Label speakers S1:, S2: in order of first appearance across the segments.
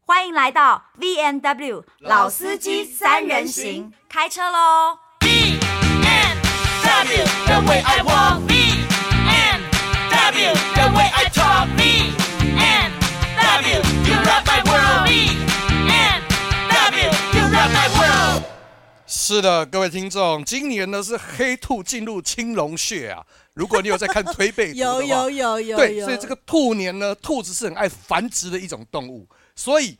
S1: 欢迎来到 V N W 老司机三人行，开车喽！
S2: BMW, the way I walk. BMW, the way I talk. BMW, you rock my world. BMW, you rock my world.
S3: 是的，各位听众，今年呢是黑兔进入青龙穴啊。如果你有在看推背图的
S4: 有
S3: 话，
S4: 有有有，
S3: 对，
S4: 有
S3: 所以这个兔年呢，兔子是很爱繁殖的一种动物，所以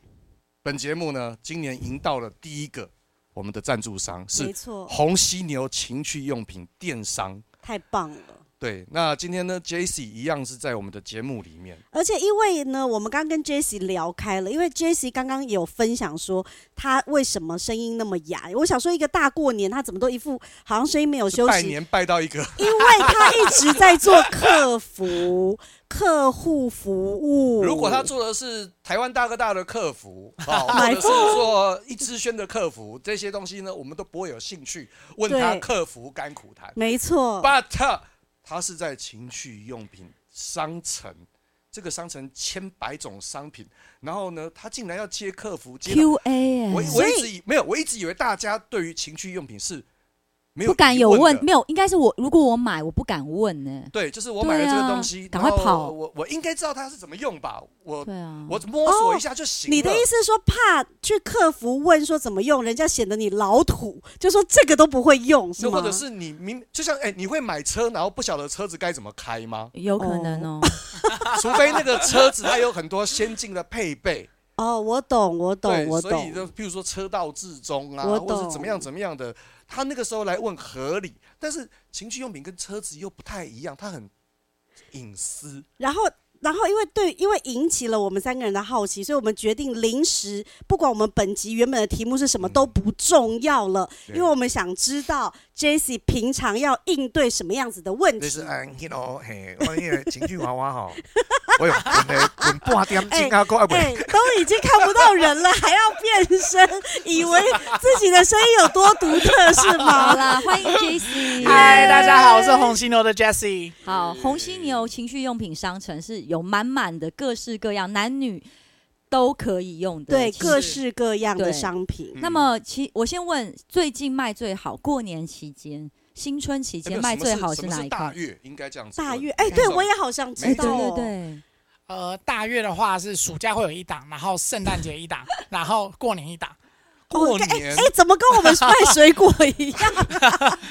S3: 本节目呢，今年迎到了第一个我们的赞助商是
S4: 没错
S3: 红犀牛情趣用品电商。
S4: 太棒了。
S3: 对，那今天呢，J.C. 一样是在我们的节目里面，
S4: 而且因为呢，我们刚跟 Jesse 聊开了，因为 Jesse 刚刚有分享说他为什么声音那么哑。我想说，一个大过年他怎么都一副好像声音没有休
S3: 拜
S4: 息，
S3: 年拜到一个
S4: 因为他一直在做客服、客户服务。
S3: 如果他做的是台湾大哥大的客 服，啊，或
S4: 买
S3: 者是做一之轩的客服，这些东西呢，我们都不会有兴趣问他
S4: 对
S3: 客服甘苦谈。
S5: 嗯
S4: 没错，
S3: But 呃他是在情趣用品商城，这个商城千百种商品，然后呢，他竟然要接客服，接到
S5: Q&A，
S3: 我
S5: 哎
S3: 我
S4: 所以
S3: 一直以没有，我一直以为大家对于情趣用品是没有
S5: 不敢
S3: 疑
S5: 有
S3: 问
S5: 问，
S3: 的
S5: 没有，应该是我如果我买，我不敢问呢。
S3: 对，就是我买了这个
S5: 对啊
S3: 东西，
S5: 赶快
S3: 然后
S5: 跑
S3: 我我应该知道它是怎么用吧？我
S5: 对啊，？
S3: 我摸索一下就行了。
S4: 你的意思是说怕去客服问说怎么用，人家显得你老土，就说这个都不会用是
S3: 那
S4: 吗？
S3: 或者是你明就像哎、你会买车，然后不晓得车子该怎么开吗
S5: 有可能哦。
S3: 除非那个车子它有很多先进的配备，
S4: 哦，我懂，我
S3: 对
S4: 懂，，我
S3: 所以
S4: 懂。
S3: 就譬如说车道至中啊，
S4: 我
S3: 或者
S4: 懂
S3: 怎么样怎么样的，他那个时候来问合理，但是情趣用品跟车子又不太一样，它很隐私。
S4: 然后，然后因为对，因为引起了我们三个人的好奇，所以我们决定临时，不管我们本集原本的题目是什么都不重要了，
S3: 嗯对
S4: 因为我们想知道 Jesse 平常要应对什么样子的问
S6: 就
S4: 题。
S6: 是嗯，迄咯嘿，我迄个情趣娃娃吼，我有分诶分半点钟啊，够啊
S4: 哎、
S6: 袂。
S4: 都已经看不到人了，还要变身，以为自己的声音有多独特是
S5: 好
S4: 吗？
S5: 啦，欢迎 JC。
S7: 嗨，大家好，我是红犀牛的 Jesse。
S5: 好，红犀牛情趣用品商城是有满满的各式各样，男女都可以用的。
S4: 对，
S5: 其实
S4: 各。式各样的
S5: 对
S4: 商品。
S3: 嗯
S5: 那么其我先问，最近卖最好，过年期间、新春期
S3: 哎没有
S5: 间卖
S3: 什么
S5: 最
S3: 是
S5: 好
S3: 什
S5: 是
S3: 么
S5: 哪一
S3: 大
S5: 款？
S3: 月应该这样子问。
S4: 大月，哎、对
S3: 听众
S4: 我也好想知
S5: 哎，
S4: 道、
S5: 对
S4: 哦
S5: 对对，
S7: 呃，大月的话是暑假会有一档，然后圣诞节一档，然后过年一档。
S3: 过
S4: 哎
S3: 年
S4: 哎、怎么跟我们卖水果一样？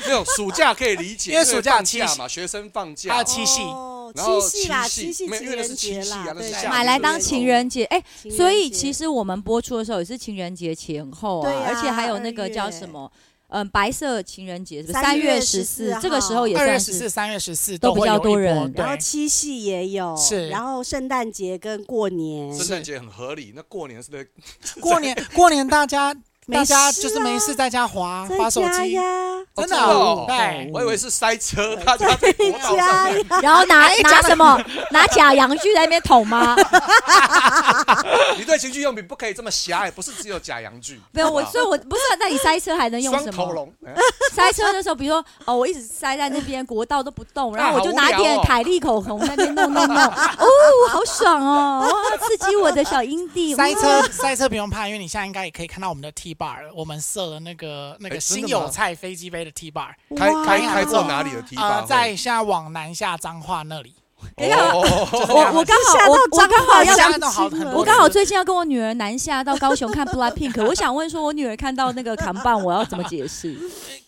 S3: 没有暑假可以理解，
S7: 因为暑假
S3: 放假
S7: 七夕
S3: 嘛，学生放假
S7: 还
S3: 嘛
S7: 有七夕
S4: 哦
S3: 然后
S4: 七夕啦，
S3: 七夕
S4: 七夕
S3: 没有
S4: 情
S3: 因为那是
S4: 人节
S3: 七夕啊
S4: 啦，
S3: 那是
S4: 对
S3: 夏
S4: 啊
S3: 天
S5: 买来当情人节。哎，
S4: 情人节
S5: 所以其实我们播出的时候也是情人节前后啊，
S4: 对啊
S5: 而且还有那
S4: 二
S5: 个
S4: 月
S5: 叫什么，嗯，白色情人节，是不是
S4: 三
S5: 三
S4: 月
S5: 十四
S4: 14，
S5: 这个时候也
S7: 二
S5: 算
S7: 月十
S5: 是
S7: 四、三月十四
S5: 都
S7: 会
S5: 比较
S7: 有一
S5: 多
S7: 波
S5: 人
S7: 对
S4: 然后，七夕也有，
S7: 是
S4: 然后圣诞节跟过年，
S3: 圣诞节很合理，那过年是不是
S7: 过年过年大家
S4: 没
S7: 大
S4: 事
S7: 家
S4: 啊
S7: 就是没事在家滑
S4: 在
S7: 滑手
S4: 家
S7: 机，
S4: 呀，
S7: 真
S3: 真的
S7: 的
S3: 哦
S7: 哦对。
S3: 我以为是塞车，大家啊在国道上
S4: 家
S3: 面。
S4: 呀，
S5: 然后拿拿什么？ 拿假洋芋在那边捅吗？
S3: 你对情趣用品不可以这么狭隘，不是只有假洋具。
S5: 没有，
S3: 好不
S5: 我
S3: 好
S5: 所以我不是，啊那你塞车还能用
S3: 双
S5: 什
S3: 头
S5: 么？
S3: 龙，哎
S5: 塞车的时候，比如说 哦，我一直塞在那边国道都不动，然后我就拿一
S3: 哎
S5: 点
S3: 好无聊哦
S5: 凯利口红在那边弄弄弄，哦，好爽哦，哇，刺激我的小阴蒂。
S7: 塞
S5: 哇
S7: 车塞车不用怕，因为你现在应该也可以看到我们的 T bar 了，我们设了那个那个
S3: 哎真的
S7: 新
S3: 吗
S7: 有菜飞机杯的 T bar，
S3: 开
S4: 哇
S3: 开开到哪里的地
S7: 呃，
S3: 方？
S7: 在现在往南下彰化那里，
S5: 等一下
S3: 哦
S5: 我我刚好我我刚好要
S7: 吓
S4: 想
S7: 到好很多
S5: 我刚
S4: 呃
S5: 好最近要跟我女儿南下到高雄看 BLACKPINK，我想问说，我女儿看到那个扛棒，我要怎么解 释？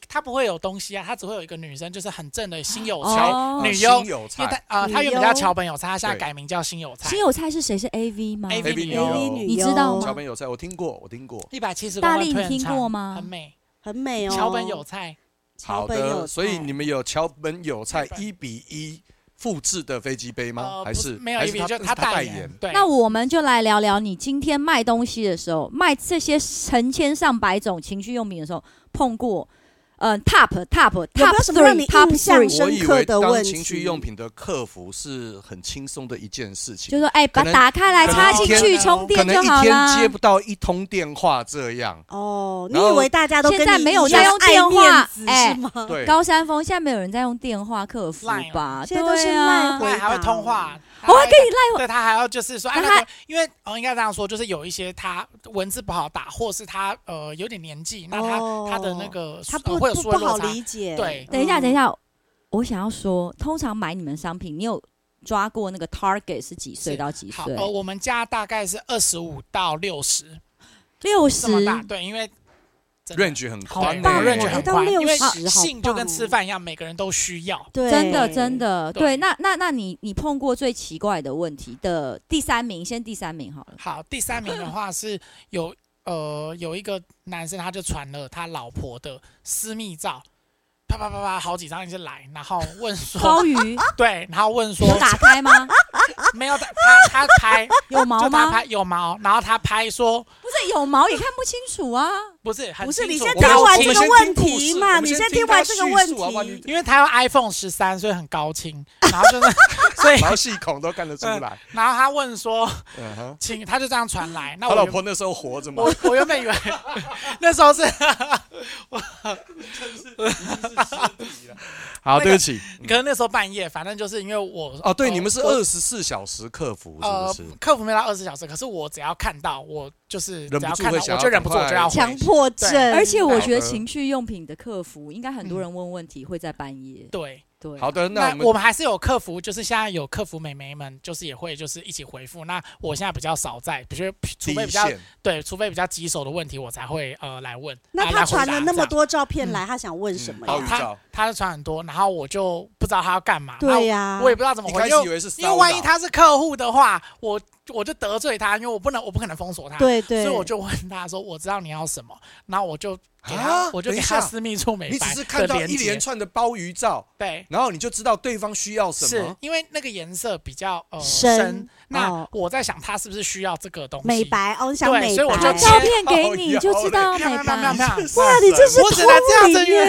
S7: 它不会有东西啊，它只会有一个女生，就是很正的新有菜
S5: 哦，
S7: 女
S3: 新
S7: 优
S3: 有
S7: 因为
S3: 菜
S7: 他呃，
S4: 女
S7: 他原本叫
S4: 优
S7: 桥本有菜，他现在
S3: 对
S7: 改名叫新有菜
S5: 新。有菜是谁？是 AV 吗
S7: AV
S3: 女
S7: 有
S3: 优
S4: AV 女优，
S5: 你知道吗
S3: 桥本有菜，我听过，我听过。
S7: 一百七十
S5: 大
S7: 公
S5: 力
S7: 分，
S5: 你
S7: 腿很
S5: 听
S7: 长
S5: 过吗
S7: 很美。
S4: 很美哦，
S7: 桥本有菜，
S4: 桥
S3: 好
S4: 本有菜，
S3: 的，所以你们有桥本有菜
S7: 日本
S3: 一比一复制的飞机杯吗？
S7: 呃，
S3: 还
S7: 不
S3: 是
S7: 没有
S3: 还
S7: 一
S3: 是
S7: 比，就
S3: 他
S7: 代
S3: 代
S7: 言
S3: 言。。
S7: 对，
S5: 那我们就来聊聊你今天卖东西的时候，卖这些成千上百种情趣用品的时候，碰过嗯、呃 top top
S4: 有没
S5: top
S4: 有什么让
S5: three
S4: 你印
S5: top
S4: 象
S5: three，
S4: 深
S3: 我以
S4: 刻
S3: 为
S4: 的
S3: 当
S4: 问
S3: 情趣
S4: 题
S3: 用品的客服是很轻松的一件事
S5: 就
S3: 情，
S5: 说哎，把
S3: 可能
S5: 打开来
S3: 可能
S5: 插
S3: 一
S5: 进
S3: 天
S5: 去充
S3: 可
S5: 电
S3: 能
S5: 就
S3: 一
S5: 好
S3: 天
S5: 啦
S3: 接。不到一通电话这样。
S4: 哦，你
S3: 然后
S4: 以为大家都跟
S5: 现在
S4: 你
S5: 没有
S4: 一样
S5: 在用电
S4: 爱面
S5: 话
S4: 子
S5: 哎
S4: 是吗？
S3: 对，
S5: 高山峰现在没有人在用电话客服
S7: Line
S5: 吧？
S4: 现在都是
S5: 对啊
S4: Line 回
S7: 还会
S4: 答
S7: 通话，
S5: 我还可以 赖我。
S7: 对他还要就是说，哎，
S5: 那
S7: 那
S5: 他
S7: 个因为哦，应该这样说，就是有一些他呃文字不好打，或是他呃有点年纪，那他、
S4: 哦
S7: 他的那个
S4: 他
S7: 呃
S4: 不
S7: 会有
S4: 不
S7: 数位
S4: 不好
S7: 落差。
S4: 理解。
S7: 对
S5: 等一下，
S4: 嗯
S5: 等一下，我想要说，通常买你们商品，你有抓过那个 target 是几岁
S7: 是
S5: 到几
S7: 好，
S5: 岁
S7: 呃，？我们家大概是二十五到六十
S5: 六
S7: 这
S5: 十，
S7: 么大，对，因为真的
S3: range 很宽
S7: 对
S3: 呢，
S4: 棒哦
S7: range
S4: 哎
S7: 很
S4: 到
S7: 宽，因为
S4: 60好
S7: 性就
S4: 棒
S7: 跟
S4: 哦
S7: 吃饭一样，每个人都需要。
S4: 对，
S5: 真的真。的，对。
S7: 对
S5: 那那那你你碰过最奇怪的问题的第三名，先第三名好了。
S7: 好，第三名的话是有呃有一个男生，他就传了他老婆的私密照，啪啪啪啪好几张一直来，然后问 说
S5: 鲍鱼
S7: 对，然后问说
S5: 有打开吗？
S7: 没有他他他拍
S5: 有毛
S7: 就他
S5: 吗？
S7: 拍有毛，然后他拍说
S5: 不是有毛也看不清楚啊。
S7: 不是很
S4: 不是
S7: 清
S4: 你
S7: 楚
S4: 先
S7: 我
S4: 听
S7: 要
S4: 完
S7: 清
S4: 这
S7: 楚
S4: 个问题
S3: 我
S4: 嘛，
S3: 们
S4: 你
S3: 先
S4: 先
S3: 听
S4: 听完
S3: 他
S4: 这个
S3: 叙
S4: 问
S3: 述啊不然你
S4: 题，
S7: 因为他用 iPhone 十三，所以很高清，然后就是所以
S3: 毛细孔都看得出来。
S7: 然后他问说，
S3: 嗯哼，
S7: 请他就这样传来，那
S3: 他
S7: 我
S3: 老
S7: 原
S3: 婆那时候活着吗？
S7: 我我原本以为 那时候是
S3: 好，对不起。
S4: 嗯
S7: 可能那时候半夜，反正就是因为我
S3: 哦，对，
S7: 呃
S3: 你们是
S7: 我
S3: 二十四小时客服
S7: 呃
S3: 是不是？
S7: 客服没有到二十四小时，可是我只要看到，我就是只
S3: 忍不
S7: 要
S3: 住
S7: 看
S3: 会
S7: 到，
S3: 想
S7: 我
S3: 要
S7: 就忍不住
S3: 赶
S7: 我就要
S3: 快
S7: 回
S4: 强迫症，
S5: 而且我觉得
S3: 好的
S5: 情趣用品的客服应该很多人问问题会在半夜。
S7: 对，
S5: 对，
S3: 好的，那
S7: 那
S3: 我们
S7: 我们还是有客服，就是现在有客服美眉们，就是也会就是一起回复。那我现在比较少在，比如除
S3: 第
S7: 非
S3: 一
S7: 比较
S3: 线
S7: 对，除非比较棘手的问题，我才会呃来问。
S4: 那
S7: 来
S4: 他
S7: 来回
S4: 传
S7: 答
S4: 了那
S7: 这
S4: 么
S7: 样
S4: 多照片来，他想问
S3: 嗯
S4: 什么
S3: 鲍
S4: 呀
S3: 鱼？
S7: 他
S3: 照，
S7: 他就传很多，然后我就不知道他要干嘛。那
S4: 对呀，
S7: 我也不知道怎么
S3: 一
S7: 回，
S3: 开
S7: 因
S3: 始以
S7: 为
S3: 为是骚
S7: 因
S3: 扰
S7: 为万一他是客户的话，我我就得罪他，因为我不能我不可能封锁他。
S4: 对对，
S7: 所以我就问他说：“我知道你要什么，然后我就给他，
S3: 啊
S7: 我就
S3: 等
S7: 给
S3: 一
S7: 他
S3: 下
S7: 私密处美哎白
S3: 你只是看到
S7: 的
S3: 一
S7: 连接
S3: 连串的鲍鱼照，
S7: 对，
S3: 然后你就知道对方需要什
S7: 是
S3: 么。
S7: 因为那个颜色比较呃
S4: 深
S7: 那
S4: 哦
S7: 我在想他是不是需要这个东西
S4: 美？白哦，你想
S7: 对
S4: 美
S7: 所以我
S5: 传
S7: 就
S5: 照
S3: 先
S5: 片给
S3: 靠
S5: 你
S3: 腰
S5: 就知道
S7: 漂
S5: 美
S7: 亮漂亮
S5: 白。
S7: 漂亮！
S4: 哇，你这是
S7: 我只能这样
S4: 通
S7: 子
S4: 灵 耶，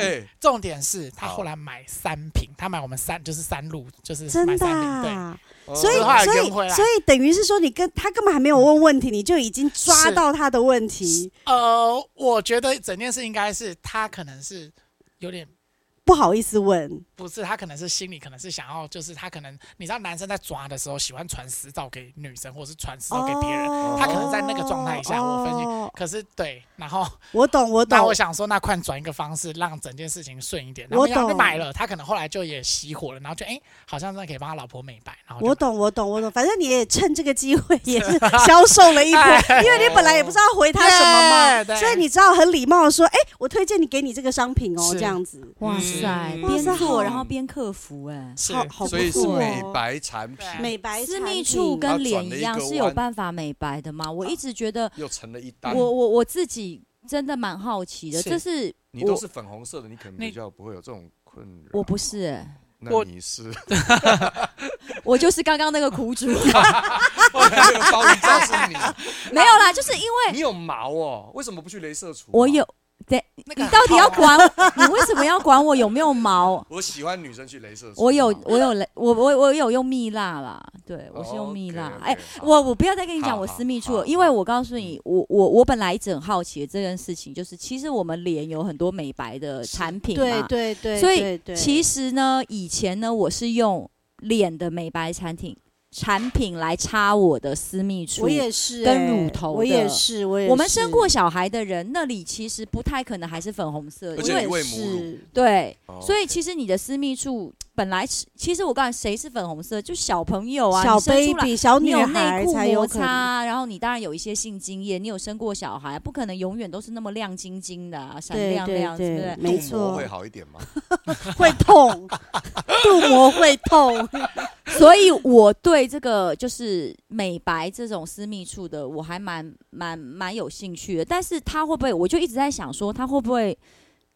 S3: 对，
S7: 重点是他
S3: 好
S7: 后来买三瓶，他买我们三就是三路，就是买
S4: 真的
S7: 三瓶对。
S4: 啊。所以，
S7: 之后还
S4: 所以
S7: 圆回，来
S4: 所以等于是说，你跟他根本还没有问问题，你就已经抓到他的问题，
S7: 呃，我觉得整件事应该是他可能是有点
S4: 不好意思问。
S7: 不是，他可能是心里可能是想要，就是他可能你知道男生在抓的时候喜欢传私照给女生，或者是传私照给别人，
S4: 哦
S7: 他可能在那个状态下我分析
S4: 哦
S7: 可是对，然后
S4: 我懂，我
S7: 那
S4: 懂
S7: 我，想说，那快转一个方式，让整件事情顺一点。然
S4: 我
S7: 后他就
S4: 懂
S7: 买了，他可能后来就也熄火了，然后就哎、好像真的可以帮他老婆美白，然后就
S4: 我懂，我懂，我懂。反正你也趁这个机会也是销售了一波， 因为你本来也不知道回他什么
S7: 耶
S4: 嘛，
S7: 对
S4: 所以你只好很礼貌的说：“哎，我推荐你给你这个商品哦，
S7: 是
S4: 这样子。
S5: 哇塞，
S3: 嗯
S4: 哇塞
S5: 边
S4: 好
S5: 做然后边客服，哎，
S7: 是
S4: 好好不
S3: 所以是
S4: 错
S3: 美
S4: 哦
S3: 白产品
S7: 对
S4: 美白
S5: 私
S4: 产
S5: 密
S4: 品
S5: 处
S3: 它
S5: 跟
S3: 转
S5: 脸
S3: 了
S5: 一
S3: 一
S5: 样
S3: 个
S5: 是有
S3: 弯啊
S5: 办法美白的吗？我一直觉得
S3: 又成了一单。
S5: 我我我自己真的蛮好奇的，
S7: 是
S5: 这是
S3: 你都
S5: 我
S3: 是粉红色的，你可能比
S7: 你
S3: 较不会有这种困扰。
S5: 我不，是哎，
S3: 那
S7: 我
S3: 你是
S5: 我就是刚刚那个苦 主，啊
S3: 那个鲍鱼照是你，
S5: 没有啦，就是因为
S3: 你有毛哦，为什么不去镭射除？
S5: 我有，对，
S7: 那个
S5: 你到底要
S7: 很好玩
S5: 管你为什么要管我有没有 毛？
S3: 我喜欢女生去镭射除毛。
S5: 我有，我有雷，我我我有用蜜蜡啦，对我是用蜜蜡。
S3: 哦 OK，OK，
S5: 哎、
S3: 好
S5: 我我不要再跟你
S3: 好
S5: 讲我
S3: 好
S5: 私密处
S3: 好嗯
S5: 了，因为我告诉你，我我我本来一直很好奇的这件事情，就是其实我们脸有很多美白的产品
S4: 对
S5: 嘛，
S4: 对对，
S5: 所
S4: 对
S5: 以
S4: 对
S5: 其实呢，以前呢，我是用脸的美白产品产品来擦我的私密处
S4: 我。也是
S5: 跟
S4: 欸
S5: 乳头
S4: 我也
S5: 的
S4: 是，我也
S5: 我们
S4: 是
S5: 生过小孩的人，那里其实不太可能还是粉红色
S3: 而
S5: 的，
S3: 且
S5: 因为
S3: 你喂母乳
S4: 是
S5: 对，
S3: 哦
S5: 所以其实你的私密处本来是，其实我告诉你，谁是粉红色，就小朋友啊，
S4: 小
S5: 你生出来
S4: baby 小
S5: 你
S4: 女
S5: 有
S4: 孩
S5: 内裤
S4: 才有
S5: 摩
S4: 可能。
S5: 擦，然后你当然有一些性经验，你有生过小孩，不可能永远都是那么亮晶晶的、啊、闪
S4: 对
S5: 亮亮，
S4: 对
S5: 对不
S4: 对
S5: 对？
S4: 没
S3: 镀膜
S4: 错
S3: 会好一点吗？
S4: 会痛， 镀膜会痛。
S5: 所以我对这个就是美白这种私密处的，我还蛮蛮蛮有兴趣的。但是它会不会，我就一直在想说，它会不会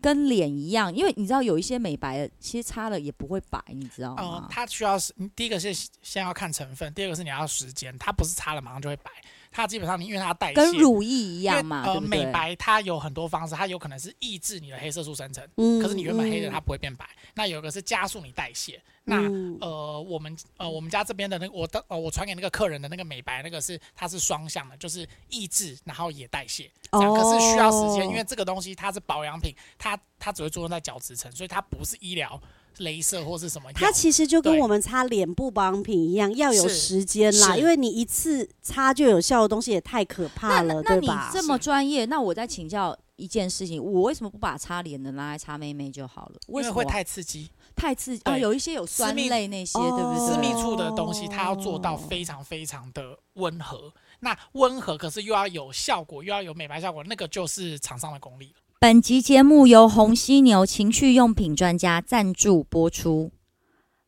S5: 跟脸一样？因为你知道有一些美白的，其实擦了也不会白，你知道
S7: 嗯
S5: 吗，？
S7: 它需要是第一个是先要看成分，第二个是你要时间，它不是擦了马上就会白，它基本上你因为它代谢
S5: 跟乳液一
S7: 一
S5: 样嘛，
S7: 呃，
S5: 对不
S7: 美
S5: 对？
S7: 白它有很多方式，它有可能是抑制你的黑色素生成，
S4: 嗯
S7: 可是你原本黑的它不会变白，那有一个是加速你代谢，那
S4: 嗯
S7: 呃，我们呃，我们家这边的那个，我的呃，我传给那个客人的那个美白，那个是它是双向的，就是抑制，然后也代谢，这
S5: 哦
S7: 样、可是需
S4: 哦
S7: 要时间，因为这个东西它是保养品，它它只会作用在角质层，所以它不是医疗镭射或是什么药。
S4: 它其实就跟
S7: 对
S4: 我们擦脸部保养品一样，要有
S7: 是
S4: 时间啦，
S7: 是
S4: 因为你一次擦就有效的东西也太可怕
S5: 那那
S4: 了，对
S5: 那你
S4: 吧？
S5: 这么专业，那我再请教一件事情，我为什么不把擦脸的拿来擦妹妹就好了？
S7: 因为
S5: 什
S7: 会
S5: 么
S7: 太刺激，
S5: 太刺激啊？
S7: 对
S5: 有一些有酸
S7: 私密
S5: 类那些，对不
S4: 哦
S5: 对？
S7: 私密处的东西它要做到非常非常的温和。那温和可是又要有效果，又要有美白效果，那个就是厂商的功力了。
S5: 本集节目由红犀牛情趣用品专家赞助播出。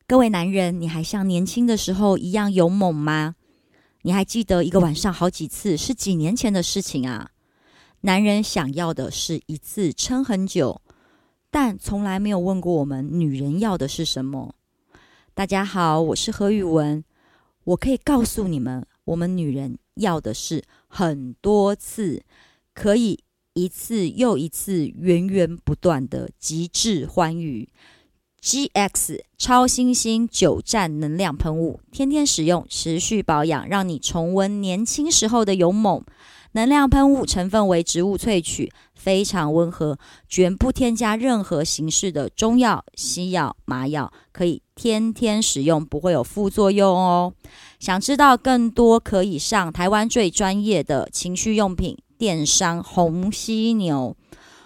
S5: 各位男人，你还像年轻的时候一样勇猛吗？你还记得一个晚上好几次是几年前的事情啊？男人想要的是一次撑很久，但从来没有问过我们女人要的是什么。大家好，我是何宇文，我可以告诉你们，我们女人要的是很多次，可以一次又一次源源不断的极致欢愉。GX 超新星久战能量喷雾，天天使用，持续保养，让你重温年轻时候的勇猛。能量喷雾成分为植物萃取，非常温和，绝不添加任何形式的中药、西药、麻药，可以天天使用，不会有副作用哦。想知道更多，可以上台湾最专业的情趣用品电商红犀牛。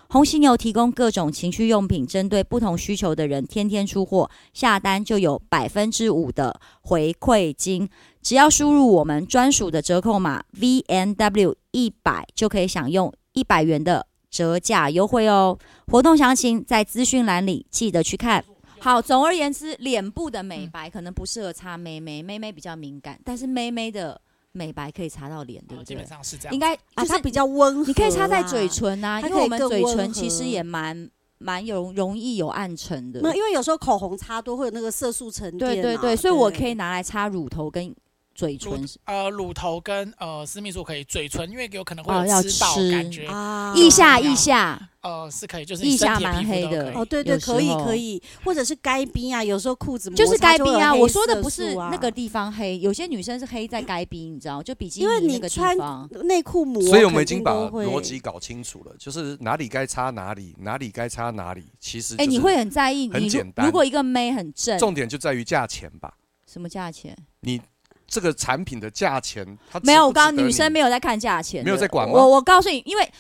S5: 红犀牛提供各种情趣用品，针对不同需求的人，天天出货，下单就有百分之五的回馈金。只要输入我们专属的折扣码 V N W 一百，就可以享用一百元的折价优惠哦。活动详情在资讯栏里，记得去看。好，总而言之，脸部的美白可能不适合擦妹妹，妹妹比较敏感，但是妹妹的美白可以擦到脸，对不
S7: 哦基
S5: 对
S7: 本？上是这样。
S5: 应该
S4: 啊，
S5: 就是
S4: 它比较温和 啦，
S5: 你可以擦在嘴唇啊，
S4: 它
S5: 因
S4: 可
S5: 为
S4: 以
S5: 我们
S4: 更
S5: 嘴
S4: 温
S5: 唇
S4: 和
S5: 其实也蛮蛮容容易有暗沉的
S4: 没。有，因为有时候口红擦多会有那个色素沉淀、啊。
S5: 对对对，所以我可以拿来擦乳头跟嘴唇。
S7: 呃，乳头跟呃私密处可以，嘴唇因为有可能会
S5: 哦要
S7: 有吃到的
S5: 吃
S7: 感觉，
S4: 啊，
S5: 腋下
S7: 啊
S5: 腋下，
S7: 呃是可以，就是
S5: 腋
S7: 你身
S5: 下
S7: 体
S5: 蛮
S7: 皮
S5: 黑
S7: 肤
S5: 的
S7: 都可
S4: 哦，
S7: 以。
S4: 对对，
S5: 有时
S4: 可以
S5: 候
S4: 可以，或者是该冰啊，有时候裤子摩
S5: 就是
S4: 擦
S5: 该
S4: 就会
S5: 冰
S4: 有
S5: 啊。
S4: 黑
S5: 我说的
S4: 色
S5: 不
S4: 素
S5: 是
S4: 啊
S5: 那个地方黑，有些女生是黑在该逼，你知道，就比基
S4: 因为
S5: 尼
S4: 你
S5: 那个地
S4: 穿
S5: 方。
S4: 内裤膜，
S3: 所以我们已经把
S4: 肯定都会
S3: 逻辑搞清楚了，就是哪里该插哪里，哪里该插哪里。其实、就
S5: 哎，
S3: 是
S5: 你会很在意。
S3: 很
S5: 你如
S3: 简单
S5: 如果一个妹很正，
S3: 重点就在于价钱吧？
S5: 什么价钱？
S3: 你这个产品的价钱，它
S5: 没有，我告
S3: 刚
S5: 诉你，女生没有在看价钱的，
S3: 没有在管吗
S5: 我我告诉你，因为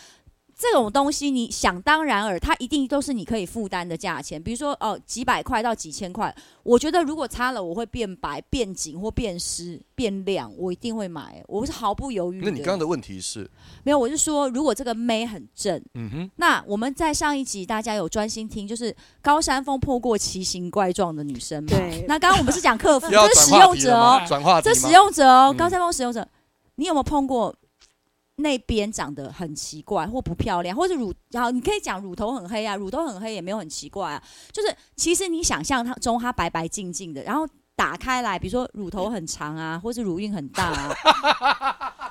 S5: 这种东西，你想当然尔，它一定都是你可以负担的价钱。比如说，哦、几百块到几千块，我觉得如果擦了我会变白、变紧或变湿、变亮，我一定会买，我是毫不犹豫的。
S3: 那你刚刚的问题是，
S5: 没有，我是说，如果这个妹很正，
S3: 嗯哼，
S5: 那我们在上一集大家有专心听，就是高山峰破过奇形怪状的女生嘛。
S4: 对
S5: 那刚刚我们是讲客服，
S3: 又要
S5: 这是使
S3: 转话
S5: 用
S3: 题
S5: 者
S3: 了
S5: 哦。
S3: 吗？转
S4: 啊
S3: 话
S5: 这
S3: 题吗
S5: 使用者哦，
S3: 嗯
S5: 高山峰使用者，你有没有碰过那边长得很奇怪或不漂亮，或者乳，然后你可以讲乳头很黑啊，乳头很黑也没有很奇怪啊，就是其实你想象它中它白白净净的，然后。打开来，比如说乳头很长啊， 或是乳晕很大啊，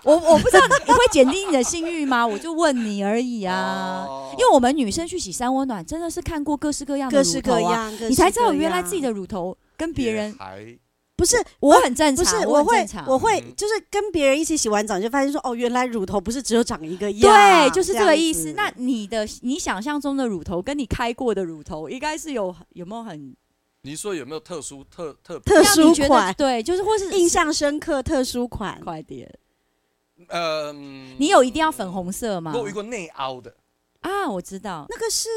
S5: 我我不知道你会减低你的性欲吗？我就问你而已啊，
S4: 哦
S3: 哦
S5: 因为我们女生去洗三温暖真的是看过各式各样的
S4: 各
S5: 乳
S4: 式
S5: 头
S4: 各
S5: 啊，
S4: 样，各
S5: 你才
S4: 式
S5: 知道
S4: 各
S5: 原来
S4: 样
S5: 自己的乳头跟别人
S3: 还
S4: 不是
S5: 我很正
S4: 不
S5: 常，
S4: 是，
S5: 我很
S4: 会
S5: 正常
S4: 我会
S3: 嗯
S4: 就是跟别人一起洗完澡，你就发现说哦，原来乳头不是只有长一个样，
S5: 对，
S4: 嗯
S5: 就是
S4: 这
S5: 这个
S4: 样
S5: 意
S4: 子
S5: 思。那你的你想象中的乳头，跟你开过的乳头，应该是有有没有很
S3: 你说有没有特殊特特
S4: 特
S5: 让你
S4: 殊
S5: 觉得
S4: 款
S5: 对，就是或是
S4: 印象深刻，特 殊款
S5: 快点。
S3: 呃，嗯
S5: 你有一定要粉红色吗
S3: 我？有遇过内凹的，
S5: 啊，我知道，
S4: 那个是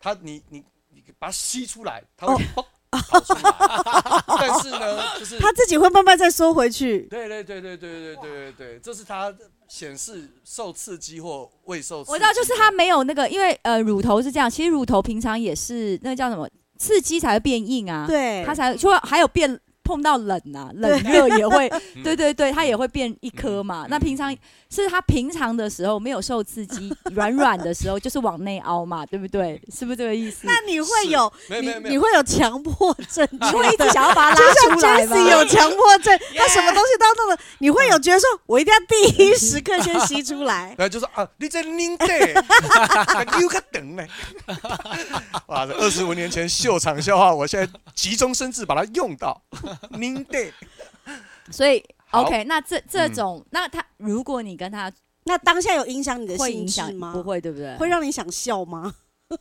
S3: 它你你你把它吸出来，它会
S5: 哦
S3: 嘣跑出来，但是呢，就是
S4: 它自己会慢慢再缩回去。
S3: 对对对对对对对对对，这是它显示受刺激或未受刺激。
S5: 我知道，就是它。没有那个，因为呃，乳头是这样，其实乳头平常也是那个叫什么，刺激才会变硬啊，，
S4: 对，
S5: 它才说还有变。碰到冷啊，冷热也 会，
S3: 嗯
S5: 对对对，它也会变一颗嘛。
S3: 嗯
S5: 那平常是它平常的时候没有受刺激，软软的时候就是往内凹嘛，对不 对？是不是这个意思？
S4: 那你会
S3: 是
S4: 有
S3: 没有没有没
S4: 你
S3: 有。
S4: 你会有强迫症， 你
S5: 你会一直想要把它
S4: 就
S5: 拉
S4: 像
S5: 出来
S4: Jessie
S5: 吗？
S4: 有强迫症，他什么东西都要弄的，你会有觉得说，我一定要第一时刻先吸出来
S3: 然后就说啊，你这拧 对，又个等呢。哇，二十五年前秀场笑话，我现在急中生智把它用 到拧对。
S5: 所以
S3: 好嗯
S5: OK，那这这种，那他如果你跟他
S4: 那当下有影响你的
S5: 会
S4: 兴
S5: 影
S4: 致
S5: 响
S4: 吗？
S5: 不，会，对不对？
S4: 会让你想笑吗？
S5: 不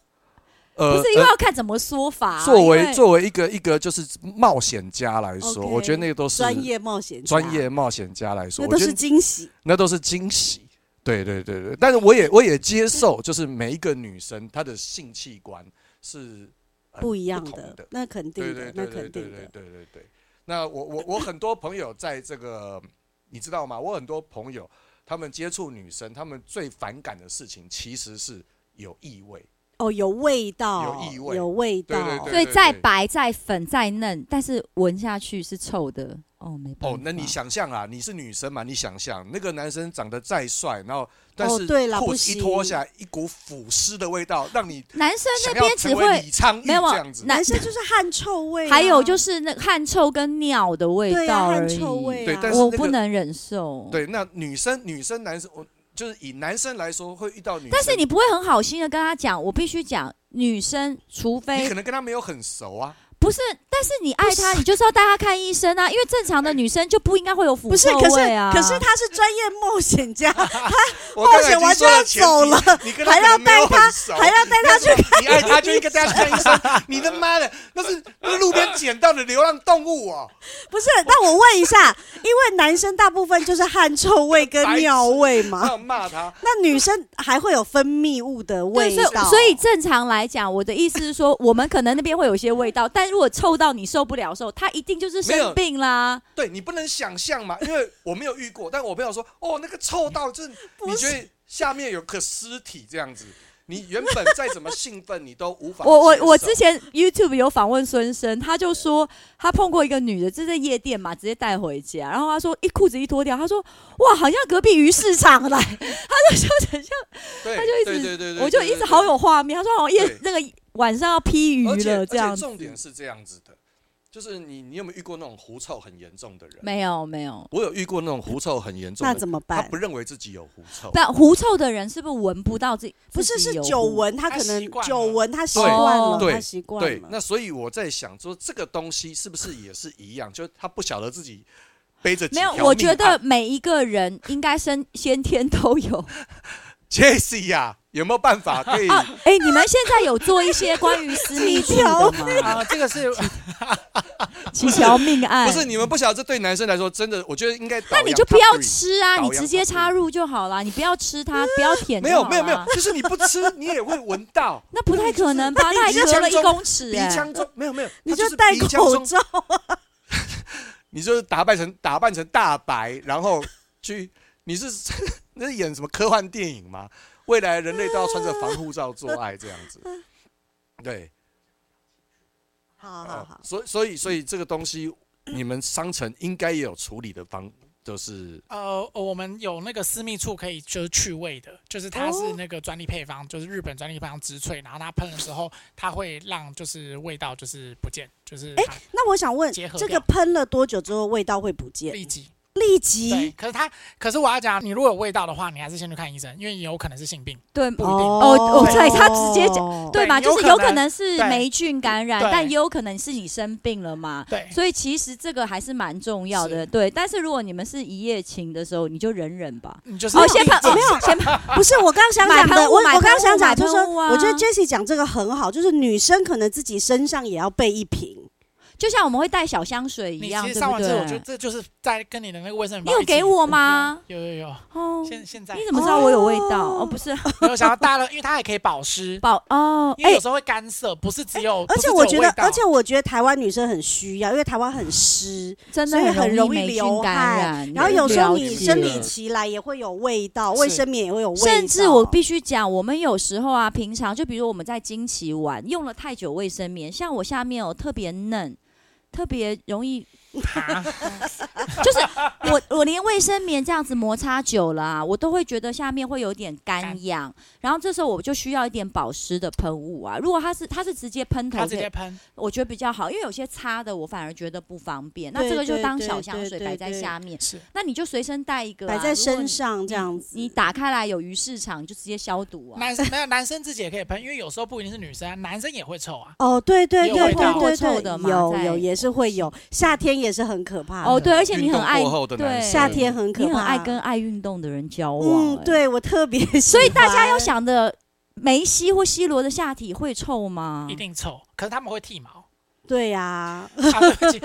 S3: 呃
S5: 是因为要看怎么说法啊、
S3: 作
S5: 因
S3: 为作为一个一个就是冒险家来说
S4: OK，
S3: 我觉得那个都是
S4: 专业冒险家
S3: 专，业冒险家来说，
S4: 那
S3: 我
S4: 都
S3: 觉
S4: 是
S3: 得
S4: 惊喜。
S3: 那都是惊喜。对对对对，但是我也我也接受，就是每一个女生她的性器官是呃
S4: 不一样
S3: 同
S4: 的
S3: 的，，
S4: 那肯定
S3: 对对，
S4: 的
S3: 对
S4: 那
S3: 对
S4: 肯
S3: 对
S4: 定
S3: 对
S4: 的。
S3: 对对对。那我我我很多朋友在这个， 你知道吗？我很多朋友他们接触女生，他们最反感的事情其实是有异味。
S4: 哦，有味道，
S3: 有异味
S4: 有味道。
S3: 对对
S5: 所以再白再粉再嫩，但是闻下去是臭的哦，没
S4: 嗯
S5: 办法。
S3: 哦，那你想象啊，你是女生嘛？你想象那个男生长得再帅，然后但
S4: 哦
S3: 是
S4: 对啦
S3: 裤
S4: 不
S3: 子一
S4: 行
S3: 脱下来，一股腐尸的味道，让你
S5: 男生那
S3: 想要
S5: 边只
S3: 成为
S5: 会
S3: 李昌钰
S5: 没有
S4: 啊
S3: 这样子。
S5: 男
S4: 男生就是汗臭味啊、
S5: 还有就是那汗臭跟尿的味
S4: 对啊，
S5: 道而
S4: 汗
S5: 已，
S4: 臭味、啊。
S3: 对但是
S5: 我
S3: 那个
S5: 不能忍受。
S3: 对，那女生、女生、男生，我哦就是以男生来说会遇到女生，
S5: 但是你不会很好心的跟他讲，我必须讲，女生除
S3: 你
S5: 非
S3: 可能跟他没有很熟啊。
S5: 不是，但是你爱她，你就是要带她看医生啊，因为正常的女生就不应该会有腐
S4: 不是，
S5: 臭
S4: 可是
S5: 味啊。
S4: 可是他是专业冒险家，
S3: 我刚才
S4: 险
S3: 已经
S4: 完
S3: 说
S4: 就要
S3: 前
S4: 走
S3: 提
S4: 了，
S3: 你跟
S4: 还
S3: 可
S4: 要
S3: 能没有
S4: 带他
S3: 很熟
S4: 还要带他去看。
S3: 你爱他就应该带他去看医生。你他妈的，那是那是路边捡到的流浪动物哦。
S4: 不是，那我问一下，因为男生大部分就是汗臭味跟尿味嘛，
S3: 要骂他，
S4: 那女生还会有分泌物的
S5: 对，
S4: 味
S5: 所以
S4: 道，
S5: 所以正常来讲，我的意思是说，我们可能那边会有一些味道，但如果臭到你受不了的时候，他一定就是
S3: 没
S5: 生
S3: 有
S5: 病啦。
S3: 对你不能想象嘛，因为我没有遇过，但我朋友说，哦，那个臭到就是你觉得下面有个尸体这样子，你原本再怎么兴奋，你都无法接受。
S5: 我我我之前 YouTube 有访问孙生，他就说他碰过一个女的，就在夜店嘛，直接带回家，然后他说一裤子一脱掉，他说哇，好像隔壁鱼市场来，他就说很像，
S3: 对，
S5: 他就一直
S3: 对对对对，
S5: 我就
S3: 对
S5: 一直好。有画面，他说好像夜
S3: 对
S5: 那个晚上要劈鱼
S3: 对而且
S5: 了这样
S3: 而且
S5: 子，
S3: 重点是这样子的，就是你你有没有遇过那种狐臭很严重的人？
S5: 没有没有，
S3: 我有遇过那种狐臭很严重
S4: 那
S3: 的，
S4: 怎么
S3: 他
S4: 办
S3: 不？认为自己有狐臭。
S5: 但狐臭的人是不是闻不到自己？
S4: 不是
S5: 自己
S4: 是
S5: 有
S4: 久
S5: 狐
S4: 闻，他
S7: 他
S4: 可能
S7: 习惯了
S4: 久闻他习
S3: 对
S4: 惯了，
S3: 对
S4: 他习惯
S3: 对，
S4: 了。
S3: 那所以我在想说，这个东西是不是也是一样？就是他不晓得自己背着几
S5: 没
S3: 条
S5: 有，我觉
S3: 命啊案
S5: 得每一个人应该生先天都有。
S3: Jesse 呀、有没有办法可以？
S5: 哎、你们现在有做一些关于私密处 的吗？
S7: 啊，这个是
S5: 几条命案？
S3: 不是，你们不晓得，这对男生来说真的，我觉得应该。
S5: 哎那你就不要。吃啊，
S3: 导
S5: 你
S3: 阳
S5: 直接插入就好啦，你不要吃它，不要舔就
S3: 没
S5: 好
S3: 有
S5: 啦
S3: 没有没有，，就是你不吃，你也会闻 到
S5: 那不太可能吧？
S3: 你
S5: 那还
S3: 就
S5: 隔了
S3: 像
S5: 一
S3: 中
S5: 公尺
S3: 鼻
S5: 哎、
S3: 腔中没有没有，
S4: 你
S3: 它就
S4: 就是戴
S3: 鼻腔
S4: 口
S3: 中，
S4: 罩，
S3: 你就是打扮成打扮成大白，然后去 你是那是演什么科幻电影吗？未来人类都要穿着防护罩做爱这样子，对，
S4: 好好
S3: 啊
S4: 好，，
S3: 所以所以所以这个东西，你们商城应该也有处理的方，就是
S7: 呃，我们有那个私密处可以就是去味的，就是它是那个专利配方，就是日本专利配方植萃，然后它喷的时候，它会让就是味道就是不见，就是
S4: 哎
S7: 它
S4: 那我想问，
S7: 结合
S4: 这
S7: 掉
S4: 个喷了多久之后味道会不见？
S7: 立即。对
S4: 立即，
S7: 可是它，可是我要讲，你如果有味道的话，你还是先去看医生，因为你有可能是性病。
S5: 对
S7: 不一定
S5: 哦哦对他直接
S4: 讲
S5: 对吧？
S7: 对有
S5: 就是
S7: 可
S5: 有
S7: 能
S5: 可能是
S7: 对
S5: 霉菌感染，
S7: 对
S5: 但也有可能是你生病了嘛。
S7: 对，
S5: 所以其实这个还是蛮重要的，
S7: 是
S5: 对。但是如果你们是一夜情的时候，你就忍忍吧。
S7: 你就是
S5: 哦，先喷，哦没有，先
S4: 不是我刚刚想讲
S5: 买喷
S4: 的，
S5: 雾
S4: 我我
S5: 买
S4: 刚刚
S5: 喷
S4: 想
S5: 雾
S4: 讲
S5: 买
S4: 就是说
S5: 喷雾啊，
S4: 我觉得 Jessie 讲这个很好，就是女生可能自己身上也要备一
S7: 哦
S4: 瓶。
S5: 就像我们会带小香水一
S7: 你
S5: 样，
S7: 其
S5: 对
S7: 实上
S5: 不
S7: 完
S5: 对
S7: 之后，我觉得？这就是在跟你的那个卫生
S5: 你
S7: 棉包
S5: 有
S7: 一起
S5: 给我吗？
S7: 有有有，
S5: 哦，
S7: 现现在
S5: 你怎么知道我有味道？
S4: 哦
S5: 哦，不是，
S7: 没有想要大了，因为它还可以保 湿，
S5: 宝哦，
S7: 因为
S5: 哎
S7: 有，时候会干涩，不是只有，
S4: 而
S7: 不是
S4: 且
S7: 只
S4: 我
S7: 有
S4: 觉
S7: 味
S4: 得，
S7: 道
S4: 而且我觉得台湾女生很需要，因为台湾很湿，
S5: 真的
S4: 所以很
S5: 容
S4: 容易
S5: 霉
S4: 流
S5: 菌感
S4: 汗
S5: 染。
S4: 然后有时候
S5: 了
S4: 你
S5: 解
S4: 生理期来也会有味道，卫
S7: 是
S4: 生棉也会有味道。
S5: 甚至我必须讲，我们有时候啊，平常就比如我们在经期玩，用了太久卫生棉，像我下面哦特别嫩，特别容易，
S7: 啊
S5: 就是我我连卫生棉这样子摩擦久了啊，我都会觉得下面会有点干
S7: 干
S5: 痒，然后这时候我就需要一点保湿的喷雾啊。如果它是它是直接喷头
S7: 它
S5: 的，
S7: 直接喷，
S5: 我觉得比较好，因为有些擦的我反而觉得不方便，那
S4: 对
S5: 这个就
S4: 对
S5: 当
S4: 对
S5: 小香
S4: 对
S5: 水
S4: 对
S5: 摆在
S4: 对
S5: 下面，
S7: 是
S5: 那你就随身带一个啊、
S4: 摆在
S5: 如果
S4: 身
S5: 你
S4: 上这样子，
S5: 你打开来有鱼市场就直接消毒啊。
S7: 男生没有男生自己也可以喷，因为有时候不一定是女生啊，男生也会臭啊。
S4: 哦，对对
S7: 有
S4: 对
S7: 味道
S4: 对
S5: 臭
S4: 对
S5: 的
S4: 对，
S5: 嘛
S4: 有
S5: 在
S4: 有也是会有，夏天也是很可怕的。
S5: 哦，对，而且你
S3: 运
S5: 很
S3: 动
S5: 爱
S3: 过后的男
S5: 对
S3: 生
S4: 夏天很可
S5: 你
S4: 怕，
S5: 很爱跟爱运动的人交往、
S4: 嗯，
S5: 哎，
S4: 对我特别，
S5: 所以大家要，想的梅西或 C 罗的下体会臭吗
S7: 一？定臭。可是他们会剃毛。
S4: 对呀，
S7: 啊，对不起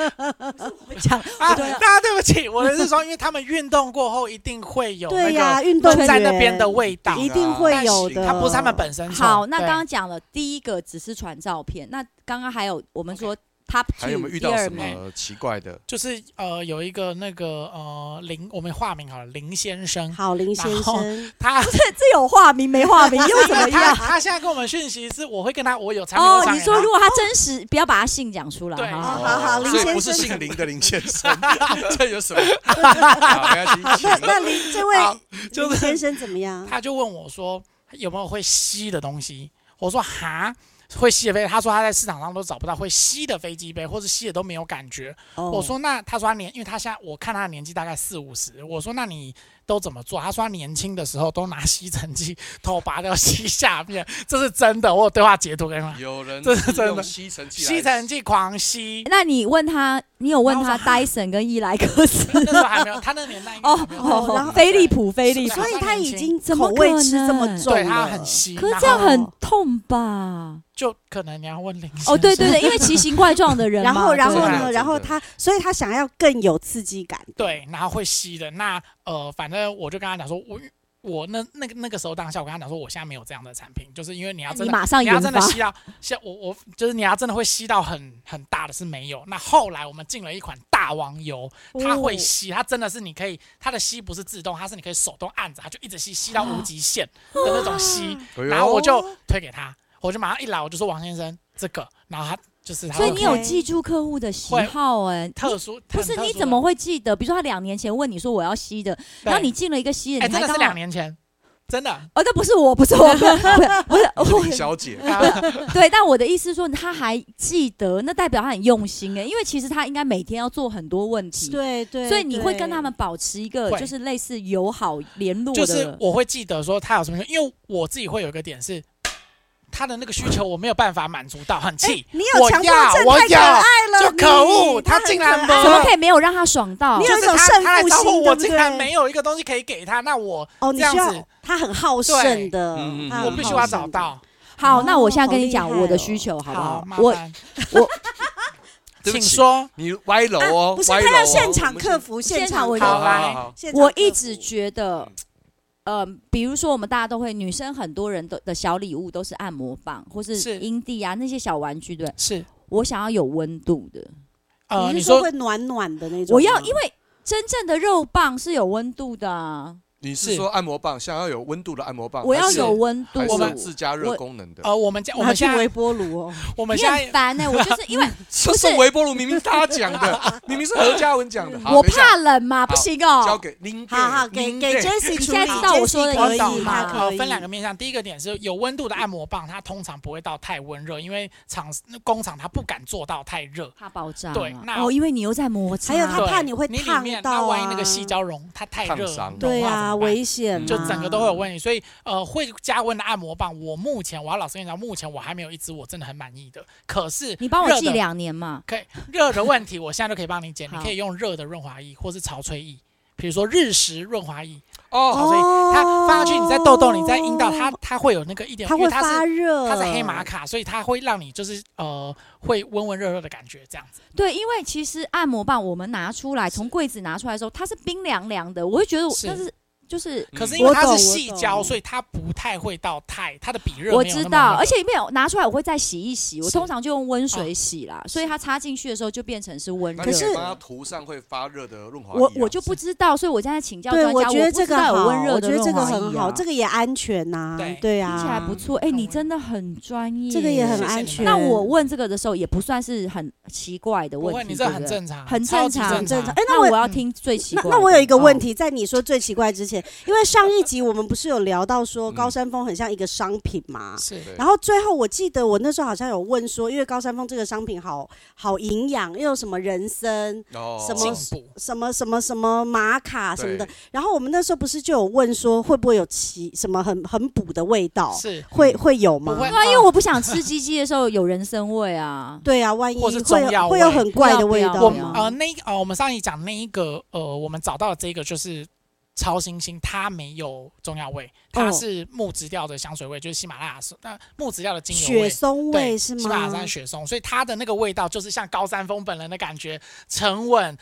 S5: 讲
S7: 啊，
S5: 对啊
S7: 大家对不起，我的是说，因为他们运动过后一定会有
S4: 对
S7: 那
S4: 呀，
S7: 个
S4: 运动
S7: 弄在那边
S4: 员
S7: 的味道，
S4: 一定会有
S3: 但
S4: 的。
S3: 是
S7: 它不是他们本身臭。
S5: 好，那
S7: 对
S5: 刚刚讲了第一个只是传照片，那刚刚还有我们说 top
S3: 还有没
S5: two
S3: 有遇
S5: 第
S3: 到
S5: 二
S3: 什
S5: 名，
S3: 么奇怪的？
S7: 就是呃，有一个那个呃林，我们化名好了，林先生，
S4: 好，林先
S7: 然后
S4: 生，
S7: 他
S5: 这这有化名没化名 又怎么
S7: 他
S5: 样？
S7: 他现在跟我们讯息是，我会跟他，我有产品，我
S5: 哦
S7: 有，产
S5: 你
S7: 品
S5: 说
S7: 然
S5: 如
S7: 后
S5: 果他真实，不要把他姓讲出来，
S7: 对
S5: 好
S4: 好
S5: 好
S4: 好好
S3: 哦
S4: 林
S3: 所以
S4: 先
S3: 不是
S4: 生
S3: 姓林的林先生， 这有 什么？啊没关系，
S4: 那那林这位
S3: 好
S7: 就
S4: 林
S7: 是
S4: 先生怎么样？
S7: 他就问我说有没有会吸的东西，我说哈。会吸的飞，他说他在市场上都找不到会吸的飞机杯，或是吸的都没有感觉。
S4: 我
S7: 我说那他说他年，因为他现在我看他的年纪大概四五十，我说那你都怎么做？他说他年轻的时候都拿吸尘器头拔掉吸下面，这是真的，我有对话截图给你们。
S3: 有人
S7: 这是真的
S3: 用吸尘器来
S7: 吸尘器狂 吸，
S5: 那你问他，你有问他
S7: 然后 我
S5: Dyson 跟伊莱克斯
S7: 那时候还没有，他那个年代应该
S5: 哦
S7: 还没有
S4: 哦 然
S5: 哦
S4: 后，
S5: 飞利浦飞利
S7: 是
S5: 浦，
S4: 所以他已经
S5: 怎
S4: 口
S5: 么
S4: 味
S5: 可
S4: 吃这么
S5: 能
S4: 重了，
S7: 对他很吸，
S5: 可是
S7: 然
S5: 这样
S7: 后
S5: 很痛吧？
S7: 就可能你要问林先生
S5: 哦，对对对，因为奇形怪状的人嘛，
S4: 然后，然后
S5: 对
S3: 真
S7: 啊
S4: 呢？
S3: 的
S4: 然后
S3: 真的
S4: 他，所以他想要更有刺激感。
S7: 对，然后会吸的。那呃，反正我就跟他讲说，我我那那个那个时候当下，我跟他讲说，我现在没有这样的产品，就是因为你要真
S5: 你
S7: 的
S5: 马上
S7: 你要
S5: 研
S7: 真
S5: 发
S7: 的，吸到，像我我就是你要真的会吸到很很大的是没有。那后来我们进了一款大王油，
S5: 哦
S7: 它
S4: 哦
S7: 会吸，它真的是你可以，它的吸不是自动，它是你可以手动按着，它就一直吸，吸到无极限的那种吸。
S5: 啊
S3: 哎呦
S7: 然后我就推给他，我就马上一来我就说王先生这个，然后他就是他
S5: 所以
S7: 会
S5: 你有
S4: OK
S5: 记住客户的喜
S7: 会
S5: 好哎、你
S7: 特殊，
S5: 不
S7: 很
S5: 是
S7: 特
S5: 你
S7: 殊
S5: 怎
S7: 的
S5: 么会记得？比如说他两年前问你说我要吸的，然后
S7: 对
S5: 你进了一个吸的，
S7: 哎、
S5: 你
S7: 真
S5: 还
S7: 的
S5: 刚
S7: 是两
S5: 好。
S7: 年前，真的。
S5: 哦，那不是我，不是我，不是不是
S3: 哦
S5: 不是
S3: 是林小姐，
S5: 我，对，但我的意思是说，他还记得，那代表他很用心哎，因为其实他应该每天要做很多问题，
S4: 对对，
S5: 所以你会跟他
S4: 对
S5: 们保持一个
S7: 会
S5: 就是类似友好联络的，
S7: 就是我会记得说他有什么需求，因为我自己会有一个点是，他的那个需求我没有办法满足到，很气。
S4: 哎你有
S7: 我
S4: 强迫
S7: 要
S4: 症
S7: 我
S4: 太可
S7: 要
S4: 爱了，
S7: 就
S4: 你
S7: 可恶
S4: 他
S7: 他
S4: 很
S7: 竟
S4: 可
S7: 然
S4: 爱
S7: 不
S5: 怎么可以没有让他爽到
S4: 哦你？
S7: 就
S4: 有一
S7: 是
S4: 种
S7: 他
S4: 胜
S7: 他来
S4: 负
S7: 找我，
S4: 心
S7: 我
S4: 对不
S7: 竟然
S4: 对
S7: 没有一个东西可以给他，那我
S4: 哦，
S7: 这
S4: 你
S7: 样
S4: 需
S7: 子
S4: 要，他很好胜
S7: 对
S4: 的
S3: 嗯嗯，嗯
S4: 他
S7: 我
S4: 很
S7: 必须
S4: 好
S7: 要
S4: 胜
S7: 找
S4: 的。
S7: 到。
S5: 好，
S4: 哦
S5: 那我现在跟你
S4: 好
S5: 讲
S4: 厉害
S5: 我的
S4: 哦
S5: 需求好不
S7: 好，
S5: 好
S7: 麻？
S5: 我
S7: 烦，
S3: 对不
S7: 请
S3: 起
S7: 说。
S3: 你歪楼哦，
S4: 啊不是，
S3: 歪
S4: 他要
S3: 楼哦
S4: 现场客。服，
S5: 现场
S4: 场
S5: 我
S3: 我们好
S7: 好
S4: 客
S7: 来
S3: 好好好
S4: 服，现场
S5: 我
S4: 客
S5: 一
S4: 服
S5: 直觉得，呃，比如说我们大家都会，女生很多人的的小礼物都是按摩棒或是
S7: 是
S5: 阴蒂啊那些小玩具，对不对
S7: 是
S5: 我想要有温度的，
S7: 呃，
S4: 你
S7: 你
S4: 是说
S7: 说
S4: 会暖暖的那种吗？
S5: 我要因为真正的肉棒是有温度的啊，
S3: 你是说按摩棒，想要有温度的按摩棒，
S5: 我要
S3: 还是
S5: 有温度
S3: 啊还。是
S7: 我
S3: 有
S7: 们
S3: 自加热
S5: 我
S3: 功
S4: 哦
S3: 能的。
S7: 呃，我们家我
S4: 拿
S7: 们
S4: 去
S7: 现在
S4: 微波炉哦，
S7: 我们
S5: 你
S7: 现
S5: 很
S7: 在
S5: 烦哎、我就是因为
S3: 这是微波炉，明明是他讲的， 明明是何嘉文讲的。
S4: 嗯
S3: 好
S5: 我
S3: 没事啊
S5: 怕冷嘛，不行哦、
S3: 交给林
S4: 好好给
S3: 林
S4: 给 Jesse
S5: 你
S4: 处
S5: 现在
S4: 理
S5: 知道我说的
S4: Jessie
S5: 我
S4: 可
S5: 懂
S4: 以，
S5: 了
S4: 他
S7: 呃
S4: 可以
S7: 分两个面向，第一个点是有温度的按摩棒，它通常不会到太温热，因为厂工厂它不敢做到太热。
S5: 怕爆炸嘛。
S7: 对那
S5: 哦，因为你又在摩啊擦，
S4: 还有他
S7: 啊对
S4: 怕你会
S7: 你里
S4: 烫
S7: 面
S4: 到
S7: 那万一那
S4: 啊
S7: 个细胶溶它太
S3: 烫
S7: 热，
S3: 伤
S7: 融
S4: 对
S7: 化怎
S4: 啊，
S7: 么办
S4: 危险啊，
S7: 就整个都会有问题。所以呃，会加温的按摩棒，我目前我要老实跟你讲，目前我还没有一支我真的很满意的。可是
S5: 你帮我
S7: 热
S5: 记
S7: 的
S5: 两年嘛。
S7: 可以热的问题，我现在就可以帮你解。你
S5: 好
S7: 可以用热的润滑液或是潮吹液，比如说日食润滑液，
S3: 哦，
S7: 潮吹液它放下去你在痘痘，你在阴道，它
S4: 哦
S7: 它会有那个一点，
S4: 它
S7: 因为
S4: 会
S7: 它
S4: 发
S7: 是
S4: 热，
S7: 它是黑玛卡，所以它会让你就是呃会温温热热的感觉这样子。
S5: 对，因为其实按摩棒我们拿出来，从柜子拿出来的时候，它是冰凉凉的，我会觉得我
S7: 是
S5: 那是就是
S3: 嗯
S7: 可是因为它
S4: 我
S7: 是
S4: 懂我
S7: 细胶，
S4: 懂
S7: 所以它不太会到太它的比热
S5: 我
S7: 没有
S5: 知
S7: 那么
S5: 道，
S7: 那
S5: 而
S7: 个
S5: 且没有拿出来，我会再洗一洗。我
S7: 是
S5: 通常就用温水洗啦，所以它插进去的时候就变成是温热
S3: 那
S5: 的。
S3: 你可以帮他涂上会发热的润滑液啊。
S5: 我我就不知道，所以我现在请教专
S4: 对，
S5: 家，
S4: 我觉得
S5: 不
S4: 这
S5: 知
S4: 个
S5: 道
S4: 好，
S5: 有温热
S4: 我
S5: 的
S4: 觉得这
S5: 润
S4: 个
S5: 滑液啊
S4: 很好，这个也安全呐
S7: 对，
S4: 对
S5: 听起来
S4: 啊
S5: 不，错。哎，
S7: 很
S5: 你
S7: 温
S5: 真的很专业，
S4: 这个也很
S7: 谢谢
S4: 安
S7: 你
S4: 全。
S5: 那我问这个的时候，也不算是很奇怪的
S7: 不
S5: 问
S7: 会，
S5: 题，
S7: 你这
S5: 对不
S7: 很
S5: 对
S7: 正常，
S5: 很
S7: 超
S5: 正
S7: 级
S5: 常
S7: 正
S4: 正常哎那
S5: 那
S4: 我
S5: 我要
S7: 嗯
S5: 听最奇
S4: 那
S5: 怪的。
S4: 那我有一个问
S5: 哦，
S4: 题，在你说最奇怪之前，因为上一集我们不是有聊到说高山峰很像一个商品嘛？
S7: 是
S3: 对
S4: 然后最后我记得我那时候好像有问说，因为高山峰这个商品好好营养，又有什么人参、
S3: 哦
S4: 什
S7: 进
S4: 么
S7: 步。
S4: 什么什么什么玛卡什么的
S3: 对。
S4: 然后我们那时候不是就有问说，会不会有奇什么很很补的味道？
S7: 是
S4: 会会有吗
S7: 不？会
S5: 对 啊，因为我不想吃鸡鸡的时候有人参味啊。
S4: 对啊，万一
S7: 或
S4: 会
S7: 是中药
S4: 有会
S7: 味
S4: 有很怪的
S5: 不
S4: 味
S5: 要不
S4: 道
S5: 要
S7: 我
S5: 对
S7: 们
S5: 啊
S4: 吗？
S7: 呃那一呃我们上一集讲那一个呃我们找到的这个就是超新星它没有中药味，它是木质调的香水味，就是喜马拉雅松，那木质调的精油
S4: 雪
S7: 味。
S4: 松味
S7: 对，
S4: 是
S7: 喜马拉雅
S4: 吗？
S7: 山雪松，所以它的那个味道就是像高山峰本人的感觉，沉稳、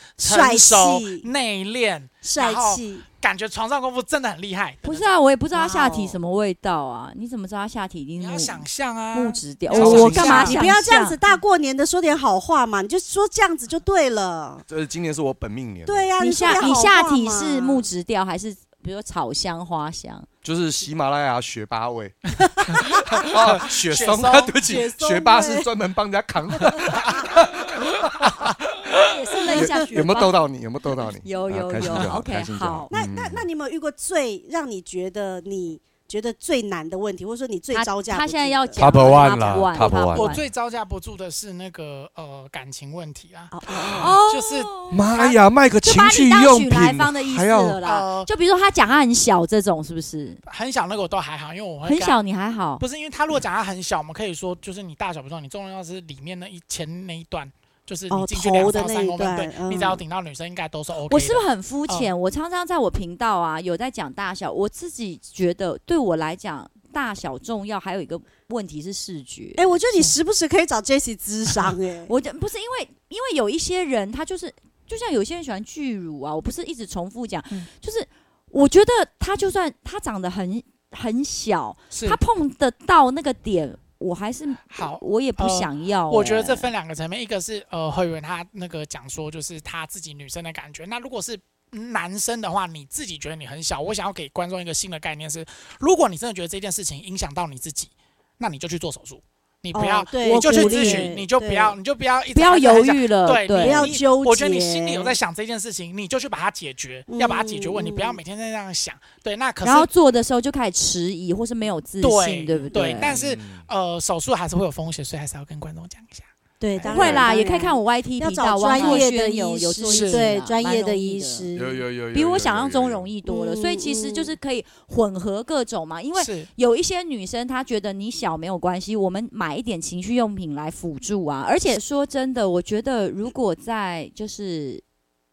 S7: 成
S4: 帅气
S7: 熟、内敛，
S4: 帅
S7: 然后
S4: 气，
S7: 感觉床上功夫真的很厉害。
S5: 不是啊，我也不知道他下
S4: 哇
S5: 体
S4: 哦
S5: 什么味道啊，你怎么知道他下体一定
S7: 你
S5: 是
S7: 要想
S5: 木
S7: 象啊，
S5: 木质调？
S7: 你要想
S5: 我我干嘛
S7: 象
S5: 想
S4: 你
S5: 象？
S4: 不要这样子，大过年的说点好话嘛，你就说这样子就对了。
S3: 这今年是我本命年，
S4: 对，呀、
S5: 你
S4: 说点
S5: 下你
S4: 好
S5: 下
S4: 话
S5: 体
S4: 嘛
S5: 是木质调还是比如说草香、花香？
S3: 就是喜马拉雅雪巴 味，啊，雪
S7: 雪
S3: 松，
S7: 松
S3: 啊对不起
S4: 雪，松
S3: 雪巴
S4: 味
S3: 是专门帮人家扛，
S5: 也是了一下雪
S3: 有没有逗到你？有没有逗到你？
S5: 有
S3: 啊
S5: 有
S3: 开心就
S5: 有
S3: 好嗯
S5: ，OK，
S3: 开心就
S5: 好
S4: 那那那你有没有遇过最让你觉得你觉得最难的问题，或者说你最
S5: 他
S4: 招架不住的？
S5: 他现在要
S3: Top one 啦 Top one
S7: 我最招架不住的是那个呃感情问题啊，
S4: 哦哦哦
S5: 哦
S7: 就是
S3: 妈呀，卖个
S5: 就
S3: 情
S5: 把
S3: 趣
S5: 你当
S3: 用
S5: 取
S3: 品
S5: 来方的意思
S3: 还要
S5: 了啦
S7: 呃。
S5: 就比如说他讲他很小这种，是不是？
S7: 很小那个我都还好，因为我会
S5: 很
S7: 跟他，
S5: 小你还好，
S7: 不是因为他如果讲他很小，我们可以说就是你大小不重要，你重要是里面那一前那一段，就是
S4: 哦
S7: 你进去两
S4: 头的
S7: 到
S4: 那
S7: 三
S4: 一
S7: 公分，
S4: 段
S7: 对
S4: 嗯
S7: 你只要顶到女生应该都是 OK 的。嗯
S5: 我是不是很肤浅？我常常在我频道啊有在讲大小，我自己觉得对我来讲大小重要，还有一个问题是视觉。
S4: 哎、我觉得你时不时可以找 Jesse 咨商哎、
S5: 我就不是因为，因为有一些人他就是，就像有些人喜欢巨乳啊，我不是一直重复讲，
S7: 嗯
S5: 就是我觉得他就算他长得很很小，
S7: 是
S5: 他碰得到那个点，我还是
S7: 好
S5: 我也不
S7: 呃
S5: 想要欸、
S7: 我觉得这分两个层面，一个是呃会员他那个讲说就是他自己女生的感觉，那如果是。男生的话，你自己觉得你很小，我想要给观众一个新的概念是：如果你真的觉得这件事情影响到你自己，那你就去做手术，你不要，
S4: 哦对
S7: 你就去
S4: 我鼓励
S7: 咨询，你就不要，你就不要一直
S5: 不要
S7: 还在
S5: 犹
S7: 想
S5: 豫了，
S7: 对
S4: 不
S7: 你
S4: 要纠结。
S7: 我觉得你心里有在想这件事情，你就去把它解决，要把它解决问题，
S4: 嗯
S7: 不要每天在那样想。对，那可
S5: 然后
S7: 是
S5: 做的时候就开始迟疑或是没有自信，
S7: 对
S5: 不
S7: 对，但是
S3: 嗯
S7: 呃，手术还是会有风险，所以还是要跟观众讲一下。
S4: 对，
S7: 不
S4: 当
S5: 会
S4: 然
S5: 啦，
S4: 当
S5: 也可以
S4: 然
S5: 看我 YT
S4: 要
S5: 频
S4: 找
S5: 道，王
S4: 专
S5: 若
S4: 业的
S5: 轩有
S4: 医
S5: 有做
S4: 师，
S5: 医
S4: 对
S5: 啦
S4: 专
S5: 蛮
S4: 业
S5: 容
S4: 的
S5: 易
S4: 医
S5: 的
S4: 师，
S3: 有有有，有
S5: 比我
S3: 有
S5: 想象中容
S3: 易。
S5: 易多了，
S4: 嗯
S5: 所以其实就是可以混合各种嘛，因为。
S7: 是
S5: 有一些女生她觉得你小没有关系，我们买一点情趣用品来辅助啊。而且说真的，我觉得如果在就是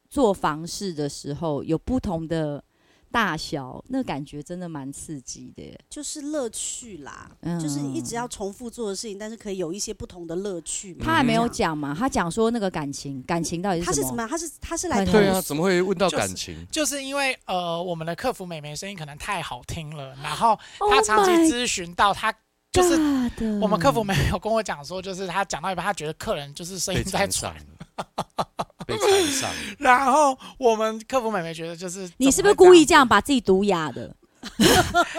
S5: 做房事的时候有不同的大小，那感觉真的蛮刺激的耶。
S4: 就是乐趣啦，
S5: 嗯
S4: 就是一直要重复做的事情，但是可以有一些不同的乐趣
S3: 嗯
S4: 嘛。
S5: 他还没有
S4: 这样，
S5: 讲嘛，他讲说那个感情，感情到底
S4: 他
S5: 是
S4: 是
S5: 什么？
S4: 怎么样？他是他是来
S5: 对
S4: 投
S3: 对啊，
S4: 诉
S3: 怎么会问到
S7: 就是
S3: 感情？
S7: 就是因为呃，我们的客服美眉声音可能太好听了，然后
S5: Oh
S7: 她长期
S5: my
S7: 咨询到她就是。
S5: God
S7: 我们客服美眉有跟我讲说，就是她讲到一半，她觉得客人就是声音
S3: 被
S7: 在
S3: 缠
S7: 传
S3: 上， 了，被缠 上了。
S7: 然后我们客服美眉觉得就是
S5: 你是不是故意
S7: 这
S5: 这样把自己毒哑的？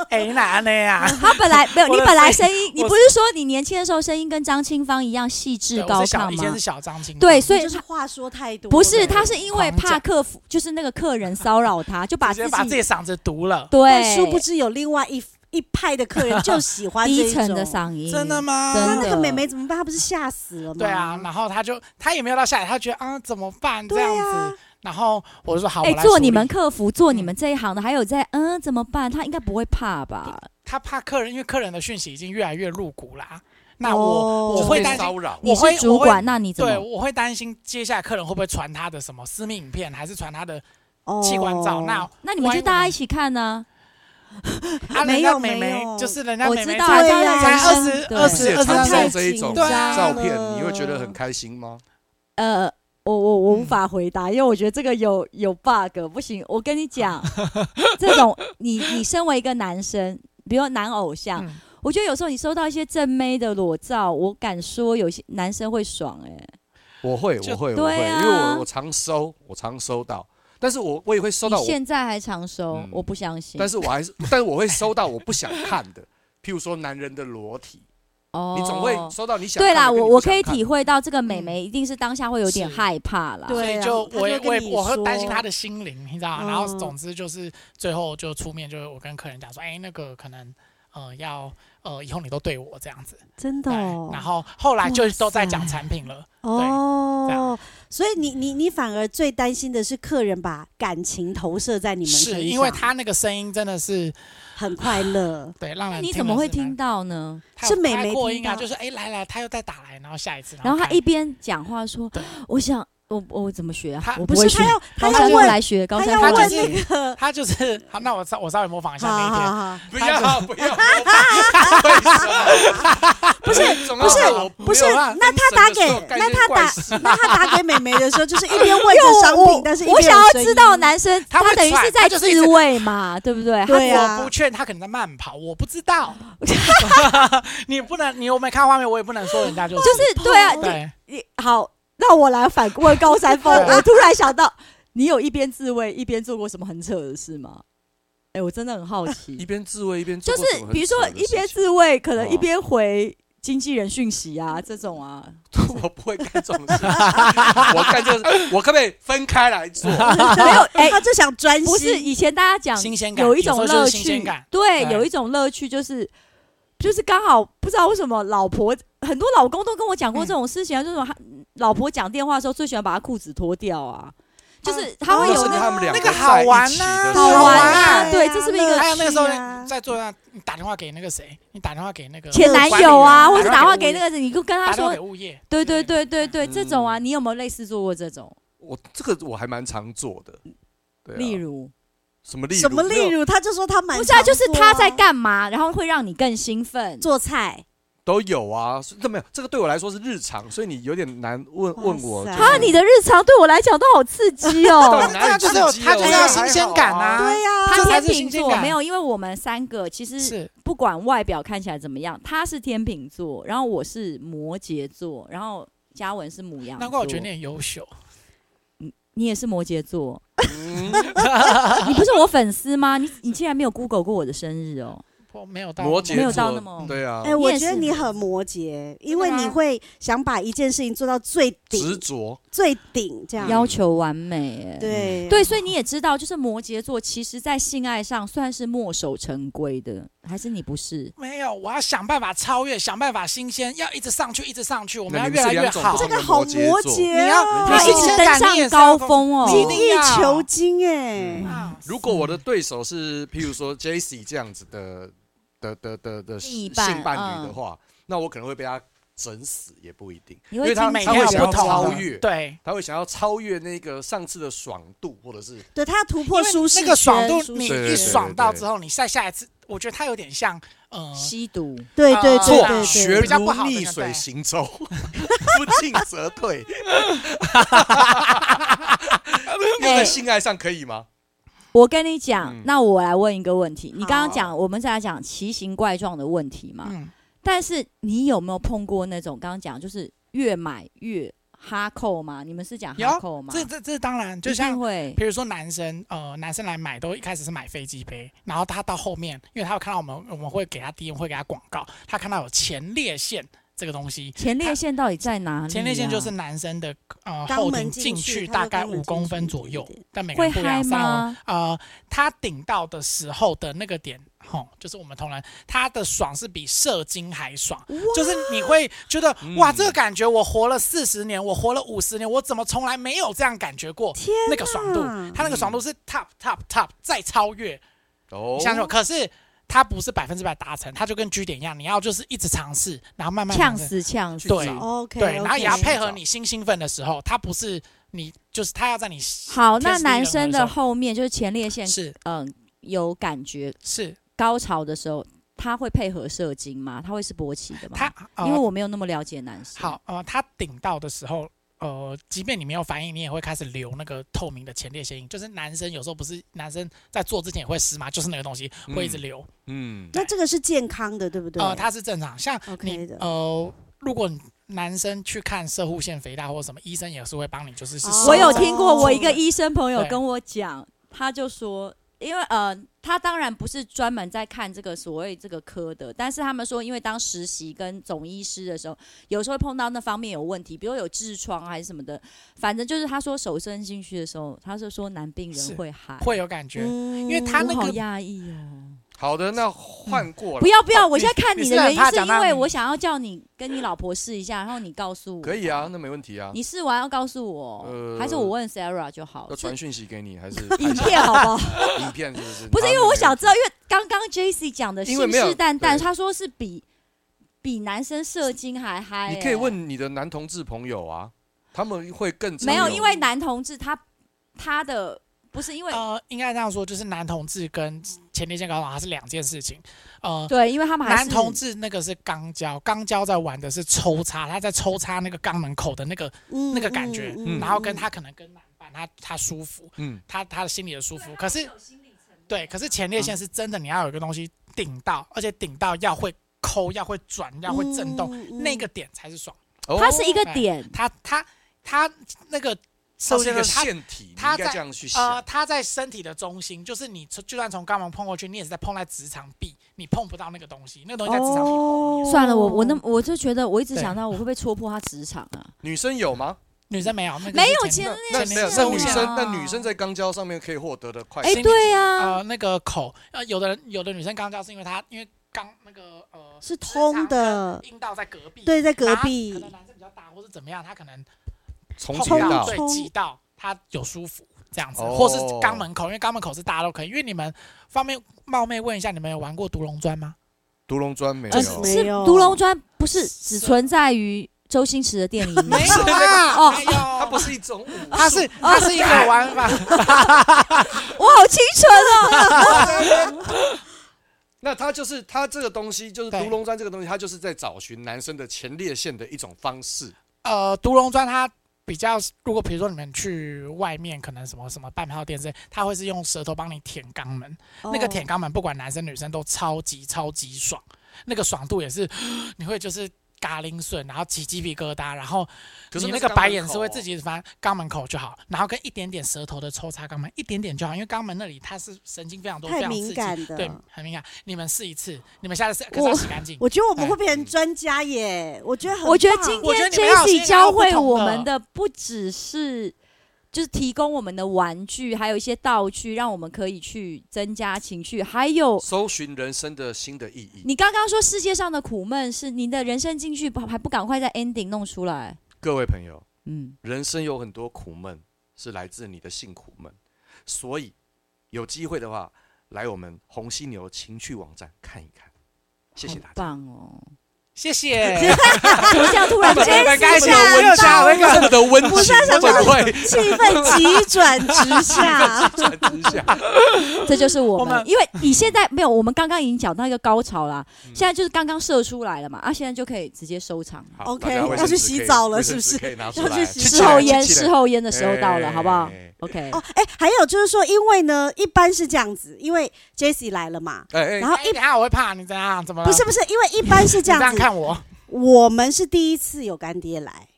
S7: 哎哪呢呀？
S5: 他本来没有，
S7: 我
S5: 你
S7: 的
S5: 本来
S7: 声
S5: 声音，你
S7: 我
S5: 不是说你年轻的时候声音跟张清芳一样细致
S7: 对我
S5: 高
S7: 是小
S5: 亢
S7: 以前
S5: 吗
S7: 是？小张晶，
S5: 对，
S4: 所
S5: 所
S4: 以
S5: 以
S4: 就是话说太多了。
S5: 不是，他是因为
S7: 狂
S5: 怕
S7: 讲
S5: 客服，就是那个客人骚扰 他，就把自
S7: 直接把自己
S5: 己
S7: 嗓子毒了。
S5: 对
S4: 但殊不知有另外一一派的客人就喜欢这
S5: 低
S4: 一
S5: 沉的
S4: 种
S5: 嗓音，
S7: 真的吗？
S5: 真
S4: 那
S5: 的
S4: 那个美眉怎么办？她不是吓死了吗？
S7: 对啊，，然后他就他也没有到下来，他觉得啊怎么办这样子，
S4: 对啊
S7: 然后我就说好，
S5: 哎
S7: 我，来
S5: 做
S7: 处
S5: 你们
S7: 理
S5: 客服，做你们这一行的，还有在嗯怎么办？他应该不会怕吧？
S7: 他怕客人，因为客人的讯息已经越来越露骨啦。那我、
S4: 哦
S7: 我
S3: 就是
S7: 会
S3: 被
S7: 担心，
S3: 骚扰，
S5: 你
S7: 我
S5: 是
S7: 会
S5: 主
S7: 我会
S5: 管，那你怎
S7: 对
S5: 么？
S7: 我会担心接下来客人会不会传他的什么私密影片，还是传他的
S4: 哦
S7: 器官照？那
S5: 那你们就大家一起看呢？
S7: 啊，
S4: 没
S7: 人
S4: 有
S7: 家美
S4: 没
S7: 眉
S4: 有
S7: 就是人家
S5: 我
S7: 美
S5: 知
S7: 眉
S5: 道，
S7: 才
S4: 对
S5: 这样人
S4: 啊
S7: 才二
S5: 生
S7: 十
S5: 对
S7: 二
S3: 是
S7: 十
S3: 也
S7: 二十
S3: 常
S4: 太
S3: 上
S7: 三
S3: 这一种
S4: 紧张
S3: 照片
S4: 了，
S3: 你会觉得很开心吗？
S5: 呃，我我我无法回答，因为我觉得这个有有 bug，不行。我跟你讲，这种你你身为一个男生，比如男偶像，
S7: 嗯
S5: 我觉得有时候你收到一些正妹的裸照，我敢说有些男生会爽哎、
S3: 我会，
S7: 就
S3: 我会，我会，
S5: 对啊
S3: 因为我我常收，我常收到，但是我我也会收
S5: 你
S3: 到我，
S5: 现在还常收，
S3: 嗯
S5: 我不相信。
S3: 但是我还是，但是我会收到我不想看的，譬如说男人的裸体，
S5: 哦
S3: 你总会收到你想
S5: 对
S3: 看
S5: 啦，
S3: 的跟
S5: 我
S3: 你不
S5: 我
S3: 想
S5: 可以
S3: 看
S5: 体会到这个美眉一定是当下会有点
S7: 是
S5: 害怕啦。
S4: 对
S7: 所以
S4: 啊
S7: 就
S4: 他就
S7: 我也
S4: 会跟
S7: 我也
S4: 你
S7: 我会担
S4: 说
S7: 心他的心灵，你知道吗？然后
S4: 嗯
S7: 总之就是最后就出面，就是我跟客人讲说，哎、那个可能呃要呃以后你都对我这样子，
S4: 真的
S7: 对。
S4: 哦
S7: 哎然后后来就
S5: 哇
S7: 都在
S5: 塞
S7: 讲产品了，这
S4: 哦
S7: 样。
S4: 所以你你你反而最担心的是客人把感情投射在你们身上，
S7: 是因为他那个声音真的是
S4: 很快 乐
S7: 对让
S5: 那
S7: 人
S5: 你怎么会听
S7: 到？
S5: 到呢？
S7: 他
S4: 是
S7: 有
S4: 美
S7: 拍
S4: 眉
S7: 扩
S4: 听
S7: 音啊，
S4: 到
S7: 就是哎、来来，他又再打来，然后下一次，
S5: 然后他
S7: 看
S5: 一边讲话说
S7: 对：“
S5: 我想我我怎么学啊
S7: 他？
S5: 我
S4: 不
S5: 会
S4: 是
S5: 学
S4: 他要他
S5: 高
S4: 要
S5: 山后来
S4: 问
S5: 学，高
S4: 他
S5: 山
S4: 要
S5: 后
S4: 问
S5: 来学。
S4: 那个，
S7: 他就是好，那我稍我稍微模仿一下
S4: 好
S7: 那一
S4: 好
S7: 天，
S4: 好，
S3: 不要不要，不是不
S4: 不是
S7: 啊
S4: 那他打给那他 打那他打给美眉的时候，就是一边问着商 品，但是一
S5: 我
S4: 边有
S5: 想要
S4: 声
S5: 知道
S4: 音
S5: 男生
S7: 他
S5: 他
S7: 会
S5: 等于
S7: 喘
S5: 是
S7: 他
S5: 在
S7: 就是一
S5: 自
S7: 直
S5: 慰嘛，对不对？他
S4: 对啊
S7: 我不劝他可能在慢跑，我不知道。 你不能，你我没看画面，我也不能说人家就是
S5: 就是对啊，你
S7: 对，
S5: 你好，那我来反问高山 峰，
S7: 对
S5: 我突然想到，你有一边自慰一边做过什么很扯的事吗？哎，我真的很好
S3: 一
S5: 奇，
S3: 边自慰一边
S5: 就是比如说一边自慰，可能
S3: 哦
S5: 一边回经纪人讯息啊，这种啊，
S4: 哦
S3: 我不会干这种事，我干这 我可不可以分开来做？
S5: 没有哎，
S4: 他就想专
S5: 不是
S4: 心，
S5: 以前大家
S7: 新
S5: 讲
S7: 鲜感
S5: 有一
S7: 时
S5: 种
S7: 候就
S5: 乐
S7: 是新鲜
S5: 趣
S7: 感，
S5: 对，
S7: 对
S5: 有一种乐趣就是就是刚好不知道为什么老婆很多老公都跟我讲
S7: 嗯
S5: 过这种事情啊，就是他老婆讲电话的时候最喜欢把她裤子脱掉啊，就是他
S7: 哦
S5: 会有
S3: 是
S5: 那
S3: 他们两个
S7: 那个
S5: 好玩啊，
S4: 好玩
S5: 对，这是不是一
S4: 乐
S5: 个
S7: 还有那个时候
S4: 趣啊
S7: 在座那，你打电话给那个谁，你打电话给那个
S5: 前男友啊，
S7: 管理
S5: 或
S7: 员
S5: 者打电话给那个人，你就跟他
S7: 打电
S5: 说
S7: 话给，物业，
S5: 对对对对对，
S3: 嗯
S5: 这种啊，你有没有类似做过这种？
S3: 我这个我还蛮常做的，对、
S7: 啊
S3: 啊
S5: 例如，
S3: 什么例如
S4: 什么例
S3: 没有
S4: 如？他就说他蛮
S5: 不是啊，就是
S4: 常做
S5: 他在
S4: 啊
S5: 干嘛，然后会让你更兴奋。
S4: 做菜，
S3: 都有啊，是这没有这个对我来说是日常，所以你有点难问
S4: 哇
S3: 问我、
S4: 塞
S3: 就是
S5: 啊，你的日常对我来讲都好刺激哦
S3: 到。
S7: 那
S3: 底
S7: 那
S3: 哪
S7: 个就
S3: 里
S7: 是
S3: 刺
S7: 有
S3: 激
S7: 他
S3: 了
S7: 就是
S3: 我
S7: 要
S3: 觉得
S7: 新
S3: 还
S7: 鲜
S3: 好
S7: 感
S3: 啊
S7: 啊，
S4: 对呀，
S5: 他
S7: 这才
S5: 天
S7: 是
S5: 秤
S7: 新鲜
S5: 座
S7: 感
S5: 没有，因为我们三个其实
S7: 是
S5: 不管外表看起来怎么样，他是天秤座，然后我是摩羯座，然后嘉文是母羊。
S7: 难怪我觉得你，很优秀，
S5: 你也是摩羯座，
S3: 嗯
S7: 啊
S5: 你不是我粉丝吗？你你竟然没有 Google 过我的生日哦？
S7: 我没有到
S3: 摩
S5: 没
S3: 羯
S5: 有到
S3: 座
S5: 那么
S3: 对啊，
S4: 哎，我
S5: 你也
S4: 觉得
S5: 是啊
S4: 你很摩羯，因
S7: 的
S4: 为
S7: 吗
S4: 你会想把一件事情做到最
S3: 执
S4: 顶、
S3: 着
S4: 最顶这
S7: 啊
S4: 样。
S5: 要求完美、哎。
S4: 对
S5: 对，，所以你也知道，就是摩羯座，其实在性爱上算是墨守成规的，还是你不是？
S7: 没有，我要想办法超越，想办法新鲜，要一直上去，一直上去，我们
S3: 那
S7: 要
S3: 你
S7: 越
S3: 们
S7: 来
S3: 是
S7: 越
S3: 两种
S7: 好。
S3: 不
S4: 这
S3: 同
S4: 个好
S3: 摩羯
S4: 摩
S3: 座
S4: 羯啊，
S7: 你要
S5: 他一
S7: 新
S5: 直
S7: 鲜
S5: 登
S7: 感你
S5: 上
S7: 也是要
S5: 高
S7: 控制
S5: 峰哦，
S7: 你
S4: 精
S7: 一定
S4: 益
S7: 要
S4: 求精哎，
S7: 啊
S3: 如果我的对手是譬如说 J C 这样子的的的的的
S5: 另一
S3: 性
S5: 半
S3: 伴侣的
S5: 嗯
S3: 话，那我可能会被他整死，也不一定，
S5: 你
S3: 因为
S5: 会
S3: 他
S5: 经
S7: 每
S3: 他
S7: 天
S3: 会
S7: 有
S3: 想要
S7: 不同
S3: 超
S7: 的
S3: 越，
S7: 对，
S3: 他会想要超越那个上次的爽度，或者是
S4: 对他要突破舒适
S7: 那个爽
S4: 圈，
S7: 度，
S4: 舒
S7: 你
S4: 适
S3: 对
S7: 一
S3: 对
S4: 圈
S7: 爽到之后，你再下一次，我觉得它有点像，呃，
S5: 吸毒，
S4: 对对
S7: 啊
S4: 对
S7: 做
S4: 对
S3: 学
S4: 对，
S7: 比较不
S3: 如
S7: 好的
S3: 逆
S7: 那
S3: 水
S7: 对
S3: 行舟，不进则退。用在性爱上可以吗？
S5: 我跟你讲，
S3: 嗯
S5: 那我来问一个问题，你刚刚
S4: 好
S5: 讲我们是在讲奇形怪状的问题嘛？
S7: 嗯，
S5: 但是你有没有碰过那种刚刚讲就是越买越哈扣吗？你们是讲哈
S7: 有
S5: 扣吗？
S7: 这这这当然就
S5: 一定
S7: 像。
S5: 会
S7: 比如说男生，呃，男生来买都一开始是买飞机杯，然后他到后面，因为他有看到我们，我们会给他低音，会给他广告，他看到有前列腺这个东西，
S5: 前列腺到底在哪里、啊？
S7: 前列腺就是男生的呃
S4: 肛
S7: 后
S4: 门
S7: 庭
S4: 进
S7: 进
S4: 去
S7: 去
S4: 它
S7: 大
S4: 的
S7: 概
S4: 肛门
S7: 五公
S4: 进
S7: 分
S4: 去
S7: 左
S4: 一
S7: 右
S4: 点，
S7: 但每个
S5: 会
S7: 人不一
S5: 嗨
S7: 样。三毫
S5: 吗？
S7: 呃，他顶到的时候的那个点，吼，就是我们同人，他的爽是比射精还爽，就是你会觉得哇，
S3: 嗯
S7: 这个感觉我活了四十年，我活了五十年，我怎么从来没有这样感觉过？
S4: 天
S7: 那个爽度
S4: 哪，
S7: 他那个爽度是 top top top 再超越，
S3: 哦
S7: 你相信我。可是他不是百分之百达成，他就跟 G 点一样，你要就是一直尝试，然后慢慢
S5: 呛
S7: 尝试
S5: 死呛死。
S7: 对
S3: 去找
S4: OK，
S7: 对，然后也要
S3: OK
S7: 配合你新兴奋的时候，他不是你就是他要在你
S5: 好，那
S7: 天时地利
S5: 男
S7: 人和
S5: 生
S7: 时
S5: 的
S7: 候
S5: 后面就是前列腺，
S7: 是
S5: 嗯，有感觉
S7: 是
S5: 高潮的时候，他会配合射精吗？他会是勃起的吗？
S7: 他呃
S5: 因为我没有那么了解男生。
S7: 好，呃，它顶到的时候，呃，即便你没有反应，你也会开始流那个透明的前列腺液，就是男生有时候不是男生在做之前也会湿嘛，就是那个东西会一直流，
S3: 嗯，
S4: 那这个是健康的，对不对？
S7: 呃，它是正常。像你
S4: OK 的
S7: 呃，如果你男生去看射护腺肥大或者什么，医生也是会帮你，就是是
S4: 哦
S7: 手
S5: 我有
S7: 指
S5: 听过，我一个
S7: 哦
S5: 医生朋友
S7: 对
S5: 跟我讲，他就说，因为呃，他当然不是专门在看这个所谓这个科的，但是他们说，因为当实习跟总医师的时候，有时候会碰到那方面有问题，比如有痔疮啊还是什么的，反正就是他说手伸进去的时候，他是说男病人
S7: 是
S5: 会喊，
S7: 会有感觉。
S4: 因
S7: 因为它
S5: 我
S7: 那个
S5: 好压抑哦。
S3: 好的，那换过
S5: 不
S3: 了，
S5: 要不要，
S7: 哦
S5: 我
S7: 你
S5: 现在看
S7: 你
S5: 你
S7: 是
S5: 的原
S7: 很
S5: 因
S7: 怕
S5: 是
S7: 讲
S5: 因
S7: 到
S5: 为
S7: 你
S5: 我想要叫你跟你老婆试一下，然后你告诉我。
S3: 可以啊，那没问题啊。
S5: 你试完要告诉我，
S3: 呃
S5: 还是我问 Sarah 就好
S3: 要
S5: 了？
S3: 传讯息给你还是
S5: 影片好不好？
S3: 影片是不 是？
S5: 不是因为我想知道，因为刚刚 J C 讲的信
S3: 因为没有
S5: 誓旦旦，
S3: 对
S5: 他说是比比男生射精还嗨、
S3: 你可以，问你的男同志朋友啊，他们会更常
S5: 没有，因为男同志他他的不是因为、
S7: 呃，应该这样说，就是男同志跟前列腺高潮它是两件事情。呃，
S5: 对，因为他们还是
S7: 男同志那个是肛交，肛交在玩的是抽插，他在抽插那个肛门口的那个，
S4: 嗯
S7: 那个感觉
S3: 嗯
S7: 然后跟他可能跟男伴他他舒服，
S3: 嗯
S7: 他他的心里的舒服。可是，对，可是前列腺是真的，你要有一个东西顶到，而且顶到要会抠，要会转，要会震动，
S4: 动
S7: 那个点才是爽。
S3: 哦
S5: 他是一个点，
S7: 他他他那个
S3: 它
S7: 首
S3: 是一
S7: 先
S3: 个
S7: 呢他
S3: 腺体，你
S7: 他
S3: 应该
S7: 在
S3: 这样去
S7: 呃，
S3: 想。
S7: 它在身体的中心，就是你从就算从肛门碰过去，你也是在碰在直肠壁，你碰不到那个东西，那个东西在直肠壁后
S4: 哦
S7: 面。
S5: 算了，我我那我就觉得我一直
S7: 对
S5: 想到我会不会戳破他职场啊？
S3: 女生有吗？
S7: 女生没有，那个是
S5: 没有
S7: 前
S5: 前列
S3: 那那
S5: 腺
S3: 没有，
S7: 是
S3: 那
S7: 无
S3: 女
S7: 限
S3: 生
S5: 啊
S3: 那女生在肛交上面可以获得的快
S5: 哎、
S3: 感，
S7: 哦心理
S5: 对呀、
S7: 呃那个口呃，有的人有的女生肛交是因为她因为肛那个呃
S4: 是通的
S7: 直肠，跟阴道在隔壁，
S4: 对，在
S7: 然
S4: 隔
S7: 后她可
S4: 壁
S7: 能。男生比较大或是怎么样，他可能
S3: 从
S7: 碰
S3: 结
S4: 冲
S3: 到
S7: 对
S4: 冲
S7: 挤到他有舒服这样子，
S3: 哦
S7: 或是肛门口，因为肛门口是大家都可以。因为你们方便冒昧问一下，你们有玩过独龙砖吗？
S3: 独龙砖没
S7: 哦
S5: 呃，
S4: 就是
S3: 有
S4: 没
S5: 是
S4: 有
S5: 独龙砖不是只
S7: 是
S5: 存在于周星驰的电影里面
S7: 没有啊，
S5: 哦
S7: 没有，
S3: 它不是一种武
S4: 哦
S3: 术，
S7: 它是它是一个玩法，
S5: 我好清纯哦，
S3: 那它就是它这个东西，就是
S7: 对
S3: 独龙砖这个东西，它就是在找寻男生的前列腺的一种方式。
S7: 呃，独龙砖它比较，如果比如说你们去外面，可能什么什么半泡店之类，它会是用舌头帮你舔肛门，
S4: 哦
S7: 那个舔肛门不管男生女生都超级超级爽，那个爽度也是 你会就是。嘎铃顺，然后起鸡皮疙瘩，然后
S3: 可是
S7: 你
S3: 那
S7: 那
S3: 是
S7: 个
S3: 肛
S7: 白
S3: 门
S7: 眼是
S3: 口
S7: 会
S3: 哦
S7: 自己翻肛门口就好，然后跟一点点舌头的抽插肛门，一点点就好，因为肛门那里它是神经非常多，非
S4: 太
S7: 常刺
S4: 敏
S7: 激，
S4: 感
S7: 对
S4: 的。，
S7: 很敏感。你们试一次，你们下次试，可是要洗干净。
S4: 我觉得我们会变成专家耶，我觉得很棒。
S5: 我觉得今
S7: 我觉
S5: 天
S7: 得你们要先
S5: Jesse 教会
S7: 聊不
S5: 我
S7: 同的
S5: 们的不只是。就是提供我们的玩具，还有一些道具，让我们可以去增加情绪。还
S4: 哦
S5: 有，
S3: 搜寻人生的新的意义。
S5: 你刚刚说世界上的苦闷是你的人生进去不还不赶快在 ending 弄出来？
S3: 各位朋友，
S5: 嗯，
S3: 人生有很多苦闷是来自你的性苦闷，所以有机会的话，来我们红犀牛情趣网站看一看。谢谢大
S5: 好
S3: 家。
S5: 棒哦！
S7: 谢谢。
S5: 怎么这样突然间
S7: 们
S4: 开始
S7: 我有想那个
S3: 这么的温情，
S4: 我现在啊想
S3: 会
S4: 说
S3: 不会
S4: 气氛急转直 下，
S3: 转直下？
S5: 这就是我们，
S7: 我们
S5: 因为你现在没有，我们刚刚已经讲到一个高潮啦，
S3: 嗯
S5: 现在就是刚刚射出来了嘛，啊，现在就可以直接收场了。
S3: 好
S4: OK，
S3: 大家卫生
S4: 要去
S3: 纸
S4: 洗
S3: 可以
S4: 澡了
S3: 卫生
S4: 是
S3: 纸
S4: 不是
S3: 可以拿出
S4: 要去
S3: 来
S4: 洗
S3: 去
S5: 事
S3: 起来
S5: 后
S3: 去
S5: 烟，
S3: 起来
S5: 事后烟的时候到了，
S3: 哎
S5: 好不好？OK，
S4: 哦，哎、还有就是说，因为呢，一般是这样子，因为 Jesse 来了嘛，
S3: 哎哎
S4: 然后
S7: 哎
S4: 一、
S7: 等一下我会怕你怎样？怎么了？
S4: 不是不是，因为一般是这
S7: 你这
S4: 样
S7: 样
S4: 子，
S7: 看我，
S4: 我们是第一次有干爹来。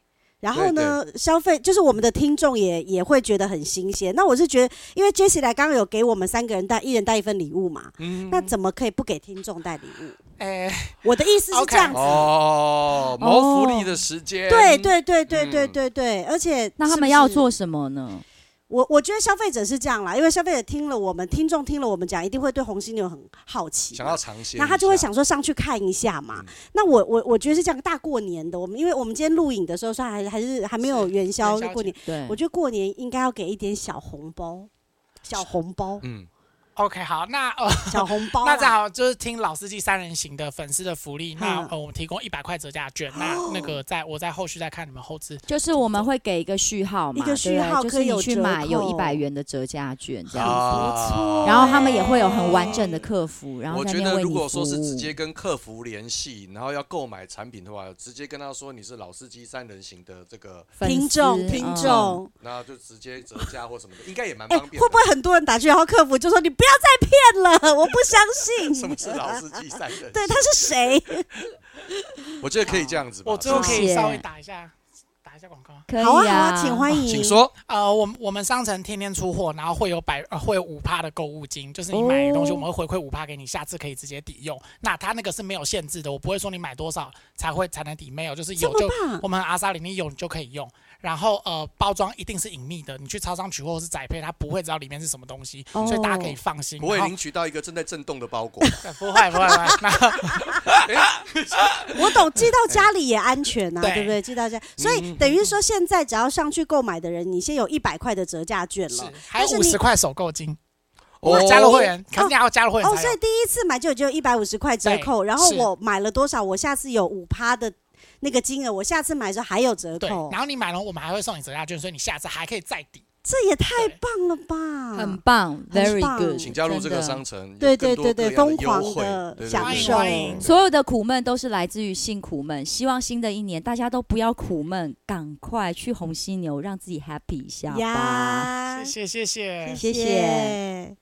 S4: 然后呢，消费就是我们的听众也也会觉得很新鲜。那我是觉得，因为 Jesse 来刚刚有给我们三个人带一人带一份礼物嘛，
S3: 嗯
S4: 那怎么可以不给听众带礼物？
S7: 哎、
S4: 我的意思是这
S7: OK
S4: 样子，哦
S3: 哦，谋福利的时间，
S4: 对，对对对对
S3: 嗯
S4: 对对，而且
S5: 那他
S4: 是
S5: 们
S4: 不
S5: 要
S4: 是
S5: 做什么呢？
S4: 我我觉得消费者是这样啦，因为消费者听了我们听众听了我们讲，一定会对红犀牛很好奇嘛，
S3: 想要尝鲜一下，嗯
S4: 那他就会想说上去看一下嘛。那我我我觉得是这样，大过年的，我们因为我们今天录影的时候，算还还是还没有
S3: 嗯
S4: 元宵
S7: 元宵节
S4: 过年，
S5: 对
S4: 我，觉得过年应该要给一点小红包，小红 包，
S3: 嗯，
S7: OK，好，那呃，
S4: 小红包啊啦。
S7: 那正好就是听老司机三人行的粉丝的福利，那
S4: 嗯
S7: 呃，我们提供一百块折价券，那那个在我在后续再看你们后置，
S5: 就是我们会给一个序号嘛，
S4: 一个序
S5: 对不
S4: 号
S5: 对
S4: 可
S5: 就
S4: 以
S5: 是
S4: 有
S5: 你去
S4: 折
S5: 买有一
S4: 扣
S5: 百元的折价券这样子，
S3: 啊
S4: 不错
S5: 然后他们也会有很完整的客服，然后
S3: 我
S5: 在
S3: 觉
S5: 那边
S3: 得
S5: 为
S3: 如
S5: 你服
S3: 果说
S5: 务。
S3: 是直接跟客服联系，然后要购买产品的话，直接跟他说你是老司机三人行的这个，
S5: 粉
S4: 听
S5: 丝
S4: 众听
S5: 嗯
S4: 众，
S3: 那就直接折价或什么的，应该也蛮
S4: 哎、
S3: 方便的。
S4: 会不会很多人打去然后客服就说你不要再骗了，我不相信。
S3: 什么是老司机三人？
S4: 对，他是谁？
S3: 行？我觉得可以这样子吧。
S7: 我最后哦可
S5: 谢
S7: 以
S5: 谢
S7: 稍微打一下打一下广告。
S5: 可以
S4: 好啊好啊，请欢迎。
S3: 请说，
S7: 呃，我们我们商城天天出货，然后会有百呃会有五趴的购物金，就是你买的东西，
S5: 哦
S7: 我们会回馈五趴给你，下次可以直接抵用。那它那个是没有限制的，我不会说你买多少才会才能抵，没有，就是
S4: 这
S7: 有
S4: 么
S7: 就
S4: 棒，
S7: 我们阿萨里你有你就可以用。然后呃，包装一定是隐秘的，你去超商取货或是宅配，它不会知道里面是什么东西，
S4: 哦
S7: 所以大家可以放心。
S3: 不会
S7: 然后
S3: 领取到一个正在震动的包裹。
S7: 对不会不会不会，那
S4: 我懂，寄到家里也安全啊，
S7: 对嗯
S4: 对不对？寄到家，所以等于说现在只要上去购买的人，你先有一百块的折价券
S7: 是
S4: 了。
S7: 还有
S4: 但是
S7: 五
S4: 你
S7: 十块首购金，
S3: 哦
S7: 加入会员，可是你要加入会员
S4: 哦，
S7: 才
S4: 所
S7: 有
S4: 以。第一次买就只有一百五十块折扣，
S7: 对
S4: 然后
S7: 是
S4: 我买了多少，我下次有五趴的那个金额，我下次买的时候还有折
S7: 对，
S4: 扣
S7: 然，后你买了，我们还会送你折价券，所以你下次还可以再抵。
S4: 这也太棒了吧！
S5: 很棒，very
S4: 棒
S5: good，
S3: 请加入这
S5: 真
S3: 个
S5: 的
S3: 商城，有
S4: 对
S3: 更
S4: 对
S3: 多各
S4: 对
S3: 样
S4: 对，疯狂
S3: 优惠
S4: 的
S3: 对对
S4: 享
S3: 对
S4: 受。
S7: 欢迎
S5: 所有的苦闷都是来自于性苦闷，希望新的一年大家都不要苦闷，赶快
S4: 哦
S5: 去红犀牛让自己 happy 一下吧。
S4: 呀，
S7: 谢谢谢谢。
S5: 谢谢
S4: 谢